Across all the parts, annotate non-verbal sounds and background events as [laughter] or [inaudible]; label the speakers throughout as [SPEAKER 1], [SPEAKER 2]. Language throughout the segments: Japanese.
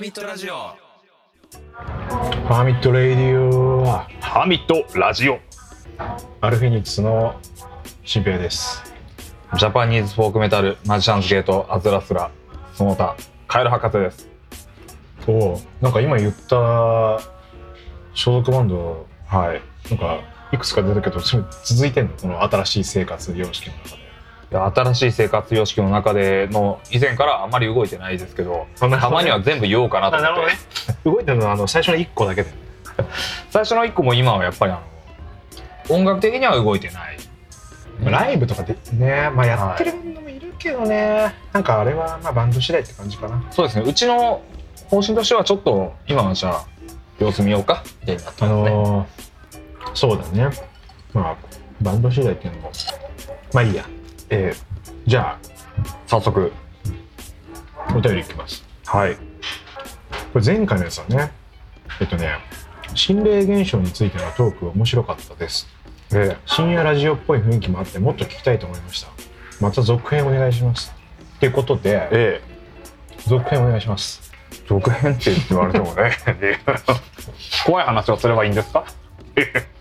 [SPEAKER 1] ミットラジオ
[SPEAKER 2] ハーミットレイディオは
[SPEAKER 3] ハーミットラジオ
[SPEAKER 2] アルフィニッツの新平です。
[SPEAKER 4] ジャパニーズフォークメタル、マジシャンズゲート、アズラスラ、その他、カエル博士です。
[SPEAKER 2] おーなんか今言った所属バンドはいなんかいくつか出たけどそれ続いてんのこの新しい生活様式の中で。
[SPEAKER 4] で新しい生活様式の中での、以前からあまり動いてないですけど、
[SPEAKER 2] た
[SPEAKER 4] たまには全部言おうかなと
[SPEAKER 2] なるほ
[SPEAKER 4] 思っ
[SPEAKER 2] ど
[SPEAKER 4] て、
[SPEAKER 2] ね。動いてるのはあの最初の一個だけで。
[SPEAKER 4] 最初の一個も今はやっぱりあの、音楽的には動いてない。
[SPEAKER 2] ライブとかでねまあや
[SPEAKER 4] や
[SPEAKER 2] っ
[SPEAKER 4] ってて
[SPEAKER 2] る
[SPEAKER 4] る
[SPEAKER 2] バンドもいるけどね、なんかあれはまあバンド次第って感じかな。
[SPEAKER 4] そうですね、うちの方針としてはちょっと、今はじゃあ、様子見ようか、みたいになって
[SPEAKER 2] あ
[SPEAKER 4] ますね。
[SPEAKER 2] のーそうだねまあバンド次第っていうのもまあいいや。えーじゃ
[SPEAKER 4] 早速。
[SPEAKER 2] あお便りいきます。
[SPEAKER 4] はい。
[SPEAKER 2] これ前回のやつだねえっとね心霊現象についてのトーク面白かったです
[SPEAKER 4] え
[SPEAKER 2] 深夜ラジオっぽい雰囲気もあってもっと聞きたいと思いましたまた続編お願いしますってことで
[SPEAKER 4] え
[SPEAKER 2] 続編お願いします
[SPEAKER 4] 続編って言われても
[SPEAKER 2] [laughs]
[SPEAKER 4] ね、怖い話をすればいいんですか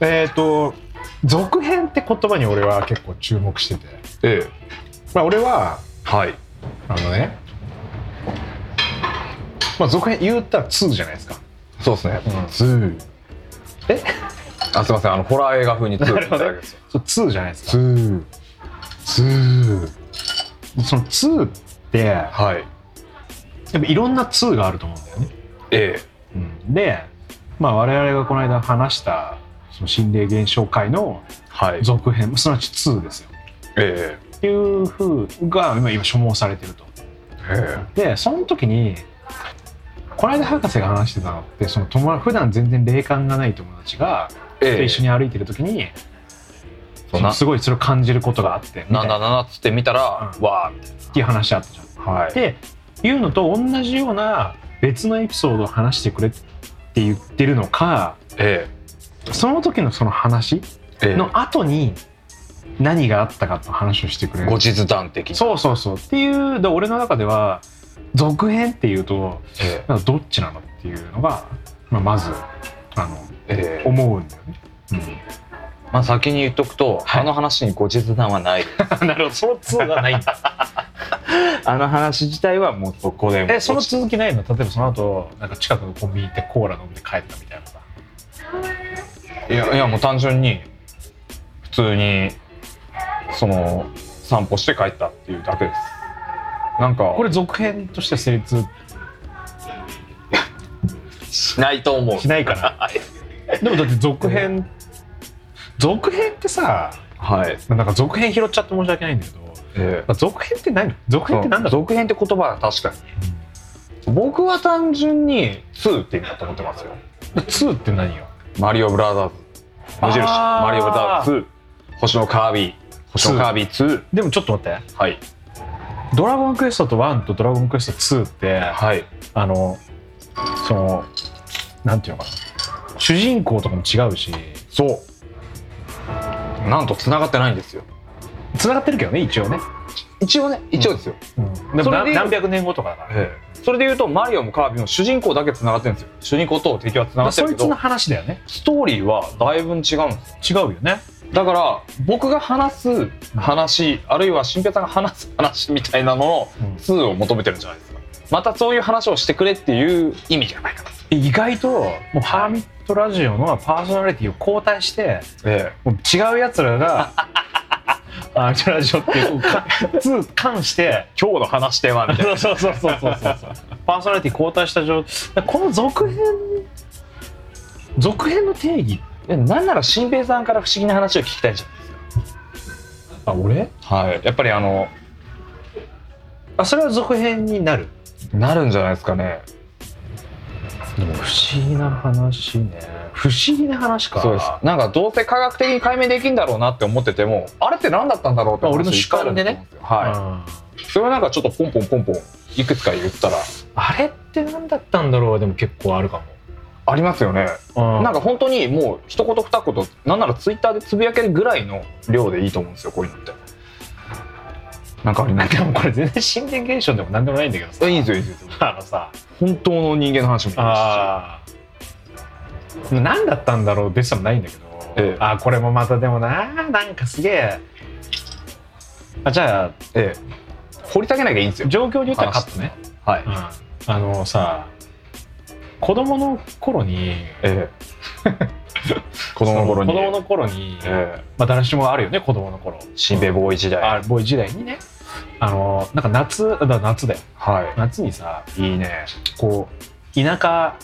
[SPEAKER 2] えっ、と続編って言葉に俺は結構注目してて
[SPEAKER 4] ええ。
[SPEAKER 2] まあ俺は
[SPEAKER 4] はい。
[SPEAKER 2] あのねまあ続編言うたら2じゃないですか
[SPEAKER 4] そうですね。
[SPEAKER 2] 2
[SPEAKER 4] あすみませんあのホラー映画風に2
[SPEAKER 2] なるほどね
[SPEAKER 4] ですよ。
[SPEAKER 2] そう2じゃないですか
[SPEAKER 4] 2
[SPEAKER 2] 2その2ってやっ
[SPEAKER 4] はい
[SPEAKER 2] ぱいろんな2があると思うんだよね
[SPEAKER 4] A
[SPEAKER 2] で、まあ、我々がこの間話したその心霊現象界の
[SPEAKER 4] はい
[SPEAKER 2] 続編すなわち2ですよ
[SPEAKER 4] A
[SPEAKER 2] っていう風が今今所望されてるとでその時にこの間博士が話してたのってその友達普段全然霊感がない友達が
[SPEAKER 4] A
[SPEAKER 2] 一緒に歩いてる時に
[SPEAKER 4] そ
[SPEAKER 2] そう
[SPEAKER 4] な
[SPEAKER 2] のすごいそれを感じることがあってみた
[SPEAKER 4] ないん
[SPEAKER 2] な
[SPEAKER 4] だ
[SPEAKER 2] っ
[SPEAKER 4] ななっつって見たら、
[SPEAKER 2] う
[SPEAKER 4] わ
[SPEAKER 2] ていう話あったじゃん
[SPEAKER 4] ーは
[SPEAKER 2] でいうのと同じような別のエピソードを話してくれって言ってるのか
[SPEAKER 4] A
[SPEAKER 2] その時のその話
[SPEAKER 4] A
[SPEAKER 2] の後に何があったかと話をしてくれ
[SPEAKER 4] 後
[SPEAKER 2] る
[SPEAKER 4] 日談的に
[SPEAKER 2] そうそうそうっていうで俺の中では続編っていうと
[SPEAKER 4] A
[SPEAKER 2] なんかどっちなのっていうのが、まあ、まずあの
[SPEAKER 4] A
[SPEAKER 2] 思うんだよね。
[SPEAKER 4] まあ先に言っとくと、
[SPEAKER 2] はい
[SPEAKER 4] あの話に後日談はない。
[SPEAKER 2] [laughs] なるほどその通がないんだ
[SPEAKER 4] [laughs] あの話自体はもうそこで
[SPEAKER 2] [laughs] えその続きないの例えばその後なんか近くのコンビニ行ってコーラ飲んで帰ったみたいなさ。
[SPEAKER 4] いやいやもう単純に普通にその散歩して帰ったっていうだけです。なんか
[SPEAKER 2] これ続編として成立
[SPEAKER 4] しないと思う
[SPEAKER 2] し。ないか [laughs] なでもだって続編続編ってさ
[SPEAKER 4] はい。
[SPEAKER 2] なんか続編拾っちゃって申し訳ないんだけど
[SPEAKER 4] A
[SPEAKER 2] まあ続編って何続編って何だろう
[SPEAKER 4] 続編って言葉は確かに僕は単純に2って意味だと思ってますよ
[SPEAKER 2] 2って何よ
[SPEAKER 4] マリオブラザーズ無印
[SPEAKER 2] あー
[SPEAKER 4] マリオブラザーズ2星のカービィ星のカービィ2
[SPEAKER 2] でもちょっと待って
[SPEAKER 4] はい
[SPEAKER 2] ドラゴンクエストと1とドラゴンクエスト2って
[SPEAKER 4] はい
[SPEAKER 2] あのそのなんていうのかな主人公とかも違うし
[SPEAKER 4] そうなんと繋がってないんですよ
[SPEAKER 2] 繋がってるけどね一応ね、
[SPEAKER 4] 一応ね一応ですよ、
[SPEAKER 2] でも
[SPEAKER 4] それ
[SPEAKER 2] な
[SPEAKER 4] で
[SPEAKER 2] 何百年後とかだから
[SPEAKER 4] ええそれで言うとマリオもカービィも主人公だけ繋がってるんですよ主人公と敵は繋がって
[SPEAKER 2] そ
[SPEAKER 4] る
[SPEAKER 2] い
[SPEAKER 4] け
[SPEAKER 2] つの
[SPEAKER 4] ど
[SPEAKER 2] 話だよね
[SPEAKER 4] ストーリーはだいぶん違うんですよ
[SPEAKER 2] 違うよね
[SPEAKER 4] だから僕が話す話あるいは新平さんが話す話みたいなのの
[SPEAKER 2] うん
[SPEAKER 4] 数を求めてるんじゃないですかまたそういう話をしてくれっていう意味じゃないかな
[SPEAKER 2] 意外ともうハーミットラジオのパーソナリティを交代して
[SPEAKER 4] え
[SPEAKER 2] もう違うやつらが
[SPEAKER 4] [laughs]
[SPEAKER 2] ハーミットラジオっていうかつ関して
[SPEAKER 4] 今日の話ではみ [laughs] たい
[SPEAKER 2] そうそうそうそうそうそうそうパーソナリティ交代した状態この続編続編の定義
[SPEAKER 4] ななんなら新平さんから不思議な話を聞きたいじゃないです
[SPEAKER 2] あ俺
[SPEAKER 4] かはいやっぱりあの
[SPEAKER 2] あそれは続編になる
[SPEAKER 4] なるんじゃないですかね
[SPEAKER 2] でも不思議な話ね不思議な話か
[SPEAKER 4] そうですなんかどうせ科学的に解明できんだろうなって思っててもあれって何だったんだろうって話
[SPEAKER 2] あ俺の
[SPEAKER 4] いっぱいあると思うんすよは
[SPEAKER 2] あ
[SPEAKER 4] いそれはなんかちょっとポンポンポンポンいくつか言ったら
[SPEAKER 2] あれって何だったんだろうでも結構あるか
[SPEAKER 4] ありますよね
[SPEAKER 2] も
[SPEAKER 4] なんか本当にもう一言二言なんならツイッターでつぶやけるぐらいの量でいいと思うんですよこういうのってなんかあります
[SPEAKER 2] [laughs] でもこれ全然心霊現象でも何でもないんだけどさ
[SPEAKER 4] えいいですよいいですよ
[SPEAKER 2] あのさ
[SPEAKER 4] [laughs] 本当の人間の話も聞きま
[SPEAKER 2] ああ何だったんだろう別さもないんだけど、
[SPEAKER 4] ええ
[SPEAKER 2] ああこれもまたでもななんかすげえあじゃあ
[SPEAKER 4] したし、ええ、掘り下げなきゃいいんですよ
[SPEAKER 2] 状況によってはカットね、
[SPEAKER 4] はい、
[SPEAKER 2] あのさ子供の頃に
[SPEAKER 4] え [laughs] え、子供の頃に
[SPEAKER 2] 子供の頃に、
[SPEAKER 4] え
[SPEAKER 2] まあ誰しもあるよね子供の頃
[SPEAKER 4] え、しべボーイ時代
[SPEAKER 2] あボーイ時代にねあのなんか夏だから夏だよ
[SPEAKER 4] は
[SPEAKER 2] 夏にさ
[SPEAKER 4] いいいね
[SPEAKER 2] こう田舎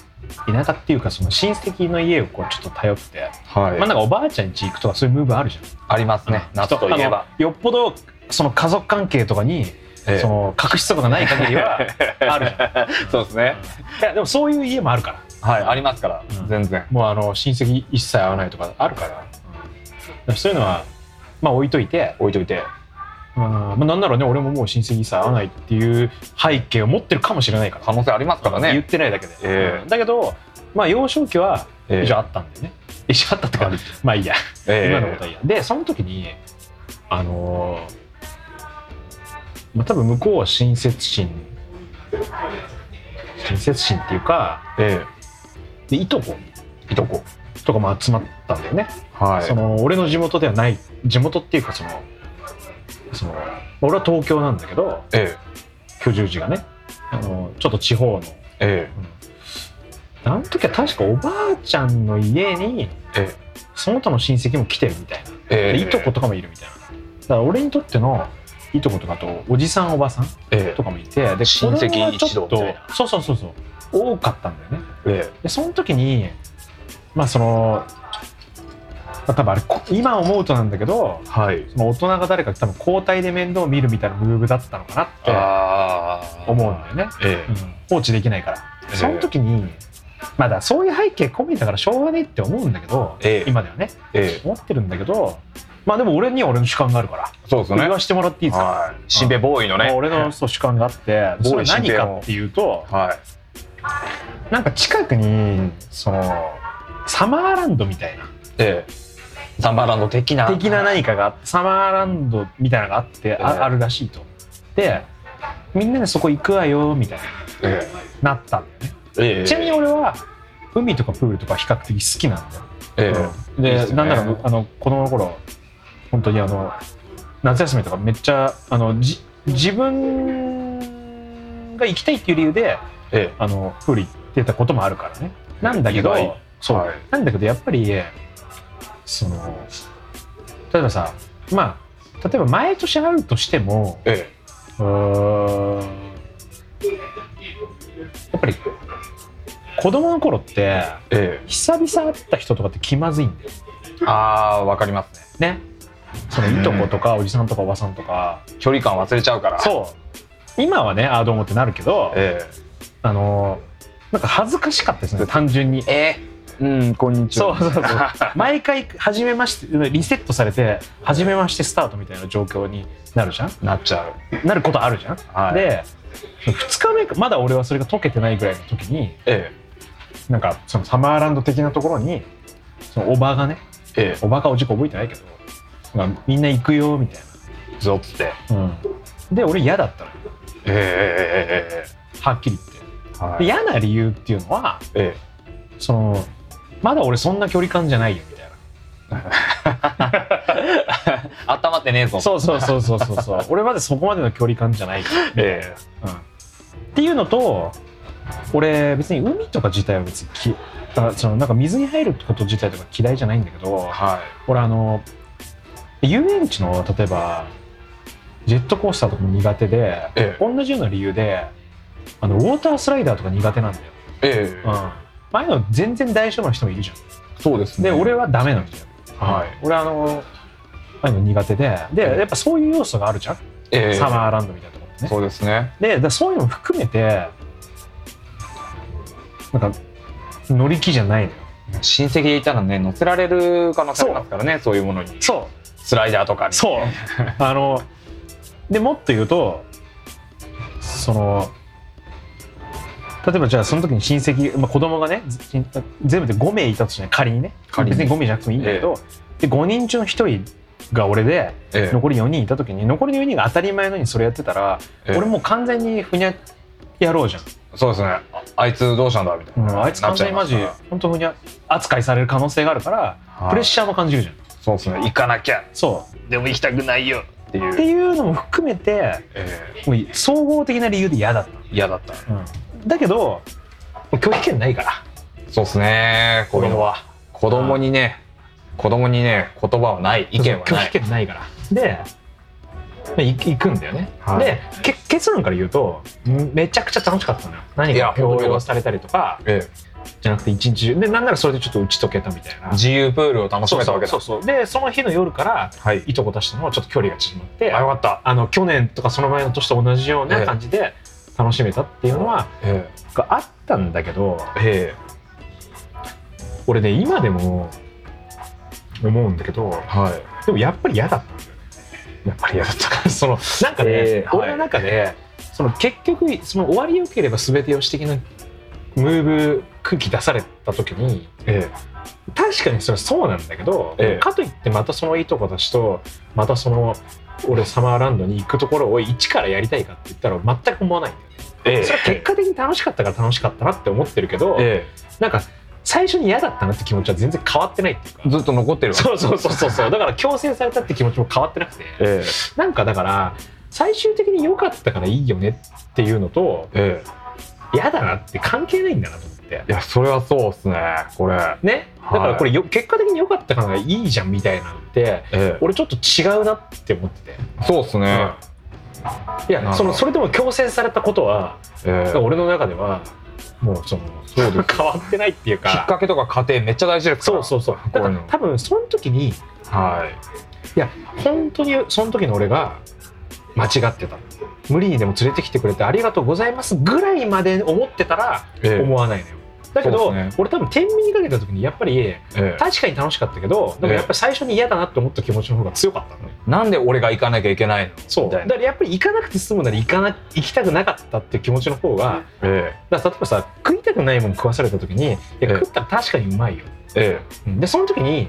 [SPEAKER 2] 田舎っていうかその親戚の家をこうちょっと頼って、
[SPEAKER 4] はい、
[SPEAKER 2] まあなんかおばあちゃん家行くとかそういうムーブあるじゃん
[SPEAKER 4] ありますね夏といえば
[SPEAKER 2] あのよっぽどその家族関係とかに、
[SPEAKER 4] ええ
[SPEAKER 2] その隠しとかがない限り
[SPEAKER 4] [laughs]
[SPEAKER 2] はあるじ
[SPEAKER 4] そうですね
[SPEAKER 2] いやでもそういう家もあるから
[SPEAKER 4] はいありますから、
[SPEAKER 2] うん
[SPEAKER 4] 全然
[SPEAKER 2] もうあの親戚一切会わないとかあるから,、そういうのはまあ置いといて、
[SPEAKER 4] 置いといて
[SPEAKER 2] うんまあ、なんならね俺ももう親戚一切会わないっていう背景を持ってるかもしれないから
[SPEAKER 4] 可能性ありますから
[SPEAKER 2] 言っ
[SPEAKER 4] ね、
[SPEAKER 2] てないだけで、
[SPEAKER 4] ええ
[SPEAKER 2] だけどまあ幼少期は
[SPEAKER 4] ええ
[SPEAKER 2] 一応あったんだよね、一応あったってか
[SPEAKER 4] ある
[SPEAKER 2] まあいいや、
[SPEAKER 4] ええ
[SPEAKER 2] 今のことはいいやでその時にあのーまあ多分向こうは親切心親切心っていうか
[SPEAKER 4] え
[SPEAKER 2] でいとこ
[SPEAKER 4] えいとこと
[SPEAKER 2] かも集まったんだよね、
[SPEAKER 4] はい
[SPEAKER 2] その俺の地元ではない地元っていうかそのその俺は東京なんだけど
[SPEAKER 4] え
[SPEAKER 2] 居住地がねあのちょっと地方の
[SPEAKER 4] ええ
[SPEAKER 2] あの時は確かおばあちゃんの家に
[SPEAKER 4] え
[SPEAKER 2] その他の親戚も来てるみたいな、
[SPEAKER 4] ええ
[SPEAKER 2] でいとことかもいるみたいなだから俺にとってのいとことかとおじさんおばさん
[SPEAKER 4] え
[SPEAKER 2] とかもいてで
[SPEAKER 4] 親戚
[SPEAKER 2] これはちょっと
[SPEAKER 4] 一同みたいな
[SPEAKER 2] そうそうそうそう多かったんだよね
[SPEAKER 4] ええ
[SPEAKER 2] でその時にまあその、まあ、多分あれこ今思うとなんだけど
[SPEAKER 4] えはい
[SPEAKER 2] その大人が誰か多分交代で面倒を見るみたいなムーブだったのかなっ
[SPEAKER 4] あ
[SPEAKER 2] て
[SPEAKER 4] あ
[SPEAKER 2] 思うんだよね、
[SPEAKER 4] え
[SPEAKER 2] うん放置できないから。
[SPEAKER 4] え
[SPEAKER 2] その時に、まだそういう背景込みだからしょうがねえって思うんだけど、
[SPEAKER 4] ええ
[SPEAKER 2] 今ではね
[SPEAKER 4] ええ
[SPEAKER 2] 思ってるんだけどまあでも俺には俺の主観があるから
[SPEAKER 4] そうです
[SPEAKER 2] 言
[SPEAKER 4] ね
[SPEAKER 2] わしてもらっていいですか、
[SPEAKER 4] はいしべボーイのね
[SPEAKER 2] まあ俺のそう主観があって
[SPEAKER 4] ボ
[SPEAKER 2] そ
[SPEAKER 4] ー
[SPEAKER 2] れ
[SPEAKER 4] イ
[SPEAKER 2] 何
[SPEAKER 4] 神殿を
[SPEAKER 2] かっていうと
[SPEAKER 4] はい
[SPEAKER 2] なんか近くにそのサマーランドみたいな
[SPEAKER 4] ええサンバランド的な
[SPEAKER 2] 的な何かがあってサマーランドみたいなのがあって、あ
[SPEAKER 4] ええ
[SPEAKER 2] あるらしいと。でみんなでそこ行くわよみたい
[SPEAKER 4] え
[SPEAKER 2] ななったんだよね。
[SPEAKER 4] えええ
[SPEAKER 2] ちなみに俺は海とかプールとか比較的好きなんだよ。
[SPEAKER 4] ええいい
[SPEAKER 2] で
[SPEAKER 4] ですよ
[SPEAKER 2] な
[SPEAKER 4] ね
[SPEAKER 2] んならあの子供の頃本当にあの夏休みとかめっちゃあのじ自分が行きたいっていう理由で
[SPEAKER 4] え
[SPEAKER 2] あのプール行ってたこともあるからねなんだけど
[SPEAKER 4] 意外
[SPEAKER 2] そう、
[SPEAKER 4] はい
[SPEAKER 2] なんだけどやっぱりその例えばさまあ例えば毎年あるとしても
[SPEAKER 4] ええ
[SPEAKER 2] うーんやっぱり子供の頃って
[SPEAKER 4] ええ
[SPEAKER 2] 久々会った人とかって気まずいんだよ
[SPEAKER 4] えああわかりますね
[SPEAKER 2] ねそのいとことかおじさんとかおばさんとか、
[SPEAKER 4] 距離感忘れちゃうからう
[SPEAKER 2] そう今はねああどうもってなるけど、
[SPEAKER 4] え
[SPEAKER 2] あのーなんか恥ずかしかったですね単純に
[SPEAKER 4] えええうんこんにち
[SPEAKER 2] そう
[SPEAKER 4] は
[SPEAKER 2] そうそう毎回初めましてリセットされて初めましてスタートみたいな状況になるじゃん
[SPEAKER 4] なっちゃう
[SPEAKER 2] なることあるじゃん、
[SPEAKER 4] はい
[SPEAKER 2] で2日目かまだ俺はそれが解けてないぐらいの時に
[SPEAKER 4] え
[SPEAKER 2] なんかそのサマーランド的なところにそのおばがね
[SPEAKER 4] ええ
[SPEAKER 2] おばかおじか覚えてないけどなんかみんな行くよみたい
[SPEAKER 4] えぞっつって
[SPEAKER 2] な、で俺嫌だったの
[SPEAKER 4] えええええ
[SPEAKER 2] はっきり言って
[SPEAKER 4] えええは
[SPEAKER 2] で
[SPEAKER 4] い
[SPEAKER 2] 嫌な理由っていうのは
[SPEAKER 4] え
[SPEAKER 2] そのまだ俺そんな距離感じゃないよみたいな
[SPEAKER 4] え温まってねえぞ
[SPEAKER 2] そうそうそうそうそうそう [laughs] 俺までそこまでの距離感じゃないよ、
[SPEAKER 4] ええ
[SPEAKER 2] うん、っていうのと俺別に海とか自体は別にきだからそのなんか水に入ること自体とか嫌いじゃないんだけど
[SPEAKER 4] は
[SPEAKER 2] 俺あの遊園地の例えばジェットコースターとかも苦手で
[SPEAKER 4] いえ
[SPEAKER 2] 同じような理由であのウォータースライダーとか苦手なんだよ、
[SPEAKER 4] えええ
[SPEAKER 2] うん、前の全然大丈夫な人もいるじゃん
[SPEAKER 4] そうですね
[SPEAKER 2] で俺はダメなんだよ、
[SPEAKER 4] はい
[SPEAKER 2] 俺あのああいうの苦手ででやっぱそういう要素があるじゃん、
[SPEAKER 4] ええ
[SPEAKER 2] サマーランドみたいなところってね
[SPEAKER 4] そうですね
[SPEAKER 2] でだからそういうのも含めてなんか乗り気じゃないのよ
[SPEAKER 4] 親戚でいたらね乗せられる可能性ありますからねそういうものに
[SPEAKER 2] そ
[SPEAKER 4] スライダーとかに
[SPEAKER 2] そう [laughs] あのでもっと言うとその例えばじゃあその時に親戚、まあ、子供がねず全部で5名いたとしてね仮にね
[SPEAKER 4] 仮に
[SPEAKER 2] 別に5名じゃなくてもいいんだけど、で5人中の1人が俺で
[SPEAKER 4] ええ
[SPEAKER 2] 残り4人いた時に残りの4人が当たり前のようにそれやってたら、
[SPEAKER 4] ええ
[SPEAKER 2] 俺もう完全にふにゃやろうじゃん、
[SPEAKER 4] そうですねああいつどうしたんだみたい
[SPEAKER 2] うん
[SPEAKER 4] な、
[SPEAKER 2] あいつ
[SPEAKER 4] な
[SPEAKER 2] 完
[SPEAKER 4] っちゃ
[SPEAKER 2] 全にマジ
[SPEAKER 4] いますか
[SPEAKER 2] 本当に扱いされる可能性があるから
[SPEAKER 4] ら
[SPEAKER 2] プレッシャーも感じるじゃん
[SPEAKER 4] はいそうですね行かなきゃ
[SPEAKER 2] そう
[SPEAKER 4] でも行きたくないよってい
[SPEAKER 2] って
[SPEAKER 4] う
[SPEAKER 2] いうのも含めて
[SPEAKER 4] え
[SPEAKER 2] もう総合的な理由で嫌だった、
[SPEAKER 4] ー嫌だった
[SPEAKER 2] だけど拒否権ないから
[SPEAKER 4] そうですね
[SPEAKER 2] 子供は
[SPEAKER 4] 子供にね子供にね言葉はない意見は
[SPEAKER 2] 拒
[SPEAKER 4] な
[SPEAKER 2] 否
[SPEAKER 4] い
[SPEAKER 2] 権ないからでまあい行くんだよね、
[SPEAKER 4] はい
[SPEAKER 2] でけ結論から言うとめちゃくちゃ楽しかったのよ何
[SPEAKER 4] いや
[SPEAKER 2] か強
[SPEAKER 4] 本当
[SPEAKER 2] 要
[SPEAKER 4] に
[SPEAKER 2] されたりとか
[SPEAKER 4] え
[SPEAKER 2] じゃなくて一日中でなんならそれでちょっと打ち解けたみたい
[SPEAKER 4] ー
[SPEAKER 2] な
[SPEAKER 4] 自由プールを楽し
[SPEAKER 2] そう
[SPEAKER 4] めたわけだ
[SPEAKER 2] そうそうでその日の夜から
[SPEAKER 4] はい
[SPEAKER 2] いとこたちともちょっと距離が縮まって
[SPEAKER 4] あよかった
[SPEAKER 2] あの去年とかその前の年と同じような感じで楽しめたっていうのは
[SPEAKER 4] え
[SPEAKER 2] があったんだけど
[SPEAKER 4] ーえ
[SPEAKER 2] 俺ね今でも思うんだけど
[SPEAKER 4] ーはい
[SPEAKER 2] でもやっぱり嫌だったんだよねやっぱり嫌だったそのなんかね、
[SPEAKER 4] えー
[SPEAKER 2] 俺の中で、その結局その終わりよければ全てよし的なムーブ空気出された時に
[SPEAKER 4] え
[SPEAKER 2] 確かにそれはそうなんだけど、
[SPEAKER 4] ええ
[SPEAKER 2] かといってまたそのいいとこたちとまたその俺サマーランドに行くところを一からやりたいかって言ったら全く思わないんだよね、
[SPEAKER 4] ーえー
[SPEAKER 2] それは結果的に楽しかったから楽しかったなって思ってるけど、
[SPEAKER 4] え
[SPEAKER 2] なんか最初に嫌だったなって気持ちは全然変わってないっていうか
[SPEAKER 4] ーずっと残ってるわ
[SPEAKER 2] そうそうそうそうそうだから強制されたって気持ちも変わってなくて
[SPEAKER 4] え
[SPEAKER 2] なんかだから最終的に良かったからいいよねっていうのと
[SPEAKER 4] ーえ
[SPEAKER 2] 嫌だなって関係ないんだなと思って
[SPEAKER 4] ーいやそれはそうですねこれ
[SPEAKER 2] ねだからこれよ、結果的に良かったからいいじゃんみたいなのって
[SPEAKER 4] え
[SPEAKER 2] 俺ちょっと違うなって思ってて、
[SPEAKER 4] ーそうですね
[SPEAKER 2] い
[SPEAKER 4] なるほ
[SPEAKER 2] や
[SPEAKER 4] ど
[SPEAKER 2] そのそれでも強制されたことは
[SPEAKER 4] えー
[SPEAKER 2] 俺の中ではもうその
[SPEAKER 4] そうです
[SPEAKER 2] [laughs] 変わってないっていう
[SPEAKER 4] きっ
[SPEAKER 2] か
[SPEAKER 4] かけとか家庭めっちゃ大事ですか
[SPEAKER 2] そ
[SPEAKER 4] ら
[SPEAKER 2] うそうそう
[SPEAKER 4] こ
[SPEAKER 2] だ
[SPEAKER 4] うい
[SPEAKER 2] か
[SPEAKER 4] う
[SPEAKER 2] ら
[SPEAKER 4] の
[SPEAKER 2] 多分その時に
[SPEAKER 4] はい
[SPEAKER 2] 本当にその時の俺が間違ってた無理にでも連れてきてくれてありがとうございますぐらいまで思ってたら
[SPEAKER 4] えー
[SPEAKER 2] 思わないのよ、だけ
[SPEAKER 4] そ
[SPEAKER 2] ど、
[SPEAKER 4] うですね
[SPEAKER 2] 俺多分天秤にかけた時にやっぱり
[SPEAKER 4] えー
[SPEAKER 2] 確かに楽しかったけどでもやっぱり最初に嫌だなって思った気持ちの方が強かったのね
[SPEAKER 4] なんで俺が行かなきゃいけないの
[SPEAKER 2] そう
[SPEAKER 4] みた
[SPEAKER 2] だ
[SPEAKER 4] い
[SPEAKER 2] か
[SPEAKER 4] な
[SPEAKER 2] らやっぱり行かなくて済むなら行かな行きたくなかったっていう気持ちの方が
[SPEAKER 4] え
[SPEAKER 2] だから例えばさ食いたくないもん食わされた時にいや
[SPEAKER 4] え
[SPEAKER 2] 食ったら確かにうまいよ、
[SPEAKER 4] ーえ
[SPEAKER 2] うんでその時に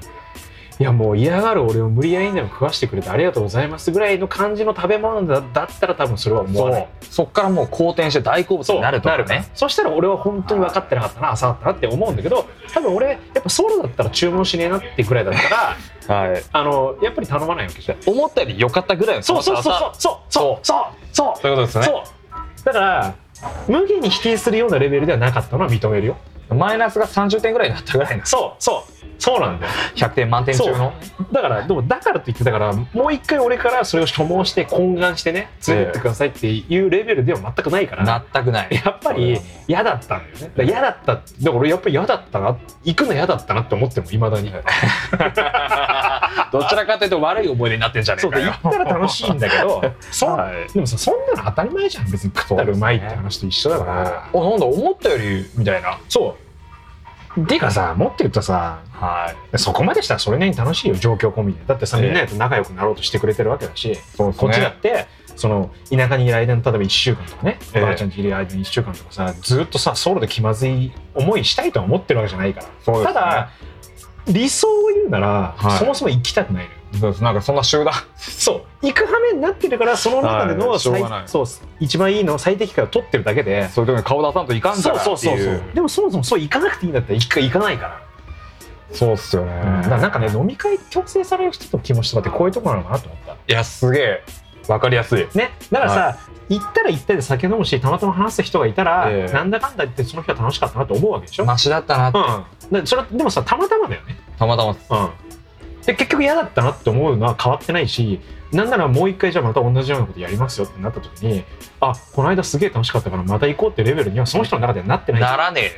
[SPEAKER 2] いやもう嫌がる俺を無理やりにでも食わしてくれてありがとうございますぐらいの感じの食べ物だだったら多分それは
[SPEAKER 4] ー
[SPEAKER 2] 思わな
[SPEAKER 4] そ
[SPEAKER 2] いう
[SPEAKER 4] そっからもう好転して大好物になるとか
[SPEAKER 2] なる
[SPEAKER 4] ね
[SPEAKER 2] からそしたら俺は本当に分かってなかったな浅かったなって思うんだけど多分俺やっぱソロだったら注文しねえなってぐらいだったら
[SPEAKER 4] はい
[SPEAKER 2] あのやっぱり頼まないわけじゃん
[SPEAKER 4] 思ったより良かったぐらいの
[SPEAKER 2] そうそうそうそうそうそうそう
[SPEAKER 4] そういうことですね
[SPEAKER 2] そうだから無限に否定するようなレベルではなかったのは認めるよ
[SPEAKER 4] マイナスが30点ぐらいになったぐらいの
[SPEAKER 2] そうそうそうなんだよ
[SPEAKER 4] 100点満点中の
[SPEAKER 2] だからでもだからといってだからもう一回俺からそれを所望して懇願してね連れてってくださいっていうレベルでは全くないから、
[SPEAKER 4] 全くない
[SPEAKER 2] やっぱり嫌だったんだよねだから嫌だっただから俺やっぱり嫌だったな行くの嫌だったなって思ってもいまだに
[SPEAKER 4] どちらかというと悪い思い出になってんじゃね
[SPEAKER 2] [laughs] そ
[SPEAKER 4] え
[SPEAKER 2] う
[SPEAKER 4] か
[SPEAKER 2] で行
[SPEAKER 4] よ
[SPEAKER 2] ったら楽しいんだけ [laughs] どそん
[SPEAKER 4] はい
[SPEAKER 2] でもさそんなの当たり前じゃん別に食ったらうまいって話と一緒だから
[SPEAKER 4] おなんだ思ったよりみたいな
[SPEAKER 2] そうていうかさ持って言ったさ
[SPEAKER 4] はい
[SPEAKER 2] そこまでしたらそれなりに楽しいよ状況込みでだってさ
[SPEAKER 4] ええ
[SPEAKER 2] みんなと仲良くなろうとしてくれてるわけだし、
[SPEAKER 4] そうですね
[SPEAKER 2] こっちだってその田舎にいる間の例えば1週間とかね、
[SPEAKER 4] ええ
[SPEAKER 2] ばあちゃんちいる間に1週間とかさずっとさソロで気まずい思いしたいとは思ってるわけじゃないから、
[SPEAKER 4] そうですね
[SPEAKER 2] ただ理想を言うなら、
[SPEAKER 4] はい
[SPEAKER 2] そもそも行きたくないのよ
[SPEAKER 4] そうですなんかそんな集団
[SPEAKER 2] そう行く羽目になってるからその中での
[SPEAKER 4] はいしょう
[SPEAKER 2] 最、
[SPEAKER 4] がない
[SPEAKER 2] そう一番いいの最適解を取ってるだけで
[SPEAKER 4] そういう時に顔出さんといかんか
[SPEAKER 2] そう
[SPEAKER 4] らって
[SPEAKER 2] そ
[SPEAKER 4] いう
[SPEAKER 2] うそうそうでもそもそもそう行かなくていいんだったら一回行かないから
[SPEAKER 4] そうっすよね
[SPEAKER 2] だからなんかね飲み会強制される人と気持ちとかってこういうとこなのかなと思った
[SPEAKER 4] いやすげえわかりやすい
[SPEAKER 2] ねだからさ、行ったら行ったで酒飲むしたまたま話す人がいたら、
[SPEAKER 4] ええ
[SPEAKER 2] なんだかんだ言ってその日は楽しかったなと思うわけでしょ、
[SPEAKER 4] マシだったな
[SPEAKER 2] うんでそれでもさたまたまだよね
[SPEAKER 4] たまたま
[SPEAKER 2] うんで結局嫌だったなって思うのは変わってないしなんならもう一回じゃあまた同じようなことやりますよってなった時にあこの間すげえ楽しかったからまた行こうってレベルにはその人の中ではなってない
[SPEAKER 4] ならね
[SPEAKER 2] ね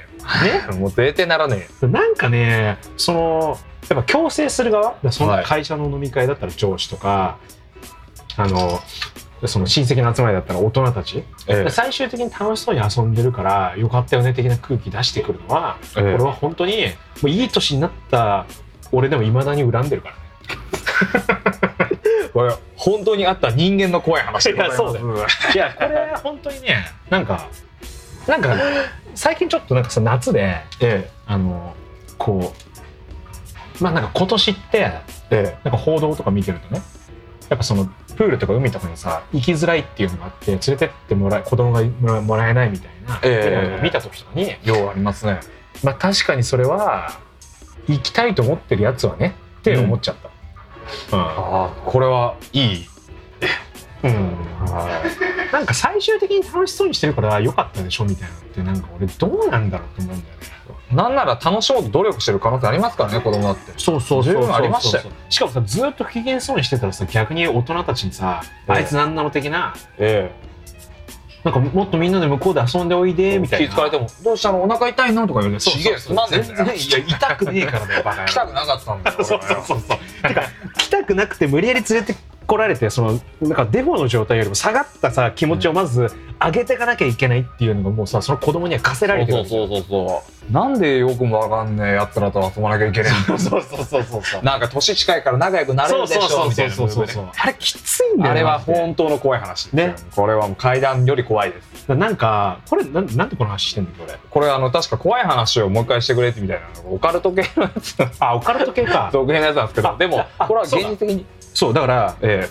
[SPEAKER 4] えよもう絶対ならね
[SPEAKER 2] なんかねそのやっぱ強制する側だからその会社の飲み会だったら上司とか、あのその親戚の集まりだったら大人たち、
[SPEAKER 4] え [laughs] え
[SPEAKER 2] 最終的に楽しそうに遊んでるからよかったよね的な空気出してくるのは、
[SPEAKER 4] ええ
[SPEAKER 2] 俺は本当にもういい年になった俺でもいまだに恨んでるからね
[SPEAKER 4] これ本当にあった人間の怖い話でございます
[SPEAKER 2] いやそうだ [laughs] いやこれ本当にねなんかなんか最近ちょっとなんかさ夏で
[SPEAKER 4] え
[SPEAKER 2] あのこうまあなんか今年って
[SPEAKER 4] ええ
[SPEAKER 2] なんか報道とか見てるとねやっぱそのププールとか海とかにさ行きづらいっていうのがあって連れてってもらえ子供がもらもらえないみたいな、
[SPEAKER 4] ええ
[SPEAKER 2] っていうのを見た時とかに、
[SPEAKER 4] ようありますね
[SPEAKER 2] まあ、確かにそれは行きたいと思ってるやつはねって思っちゃった、うん
[SPEAKER 4] ああこれはいい
[SPEAKER 2] うん、なんか最終的に楽しそうにしてるから良かったでしょみたいなのってなんか俺どうなんだろうと思うんだよね。
[SPEAKER 4] なんなら楽しもうと努力してる可能性ありますからね子供だって
[SPEAKER 2] そうそう
[SPEAKER 4] そうそう
[SPEAKER 2] ありましたよ。しかもさずっと不機嫌そうにしてたらさ逆に大人たちにさ「
[SPEAKER 4] ええ
[SPEAKER 2] あいつなんなの?」的な
[SPEAKER 4] え
[SPEAKER 2] 「なんかもっとみんなで向こうで遊んでおいで」みたいな。
[SPEAKER 4] 気ぃ使われても「どうしたのお腹痛いの?」とか言われて「
[SPEAKER 2] そう
[SPEAKER 4] ちげ
[SPEAKER 2] そ
[SPEAKER 4] え
[SPEAKER 2] う
[SPEAKER 4] すまんねん
[SPEAKER 2] 全然いや痛くねえからだよバカ野郎
[SPEAKER 4] [laughs] 来たくなかったんだよ
[SPEAKER 2] そうそうそうそう。てか来たくなくて無理やり連れてこられてそのなんかデフォの状態よりも下がったさ気持ちをまず上げていかなきゃいけないっていうのがもうさその子供には課せられてる
[SPEAKER 4] そう
[SPEAKER 2] わけじゃん
[SPEAKER 4] そうそうそうなんでよくもわかんねえやつらと遊ばなきゃいけねえんだ
[SPEAKER 2] そうそうそうそう [laughs] そう。
[SPEAKER 4] なんか年近いから仲良くなれるでしょみたいなムーブね
[SPEAKER 2] あれきついんだよ
[SPEAKER 4] あれは
[SPEAKER 2] ほん
[SPEAKER 4] 本当の怖い話ですよ
[SPEAKER 2] ね
[SPEAKER 4] これはもう階段より怖いです
[SPEAKER 2] なんかこれなんなんでこの話してんのこれ
[SPEAKER 4] これあの確か怖い話をもう一回してくれってみたいなのがオカルト系のやつ
[SPEAKER 2] あオカルト系か
[SPEAKER 4] 続編のやつなんですけどでも
[SPEAKER 2] あ
[SPEAKER 4] これは
[SPEAKER 2] そ
[SPEAKER 4] 現
[SPEAKER 2] うだ
[SPEAKER 4] 実的に
[SPEAKER 2] そうだから
[SPEAKER 4] え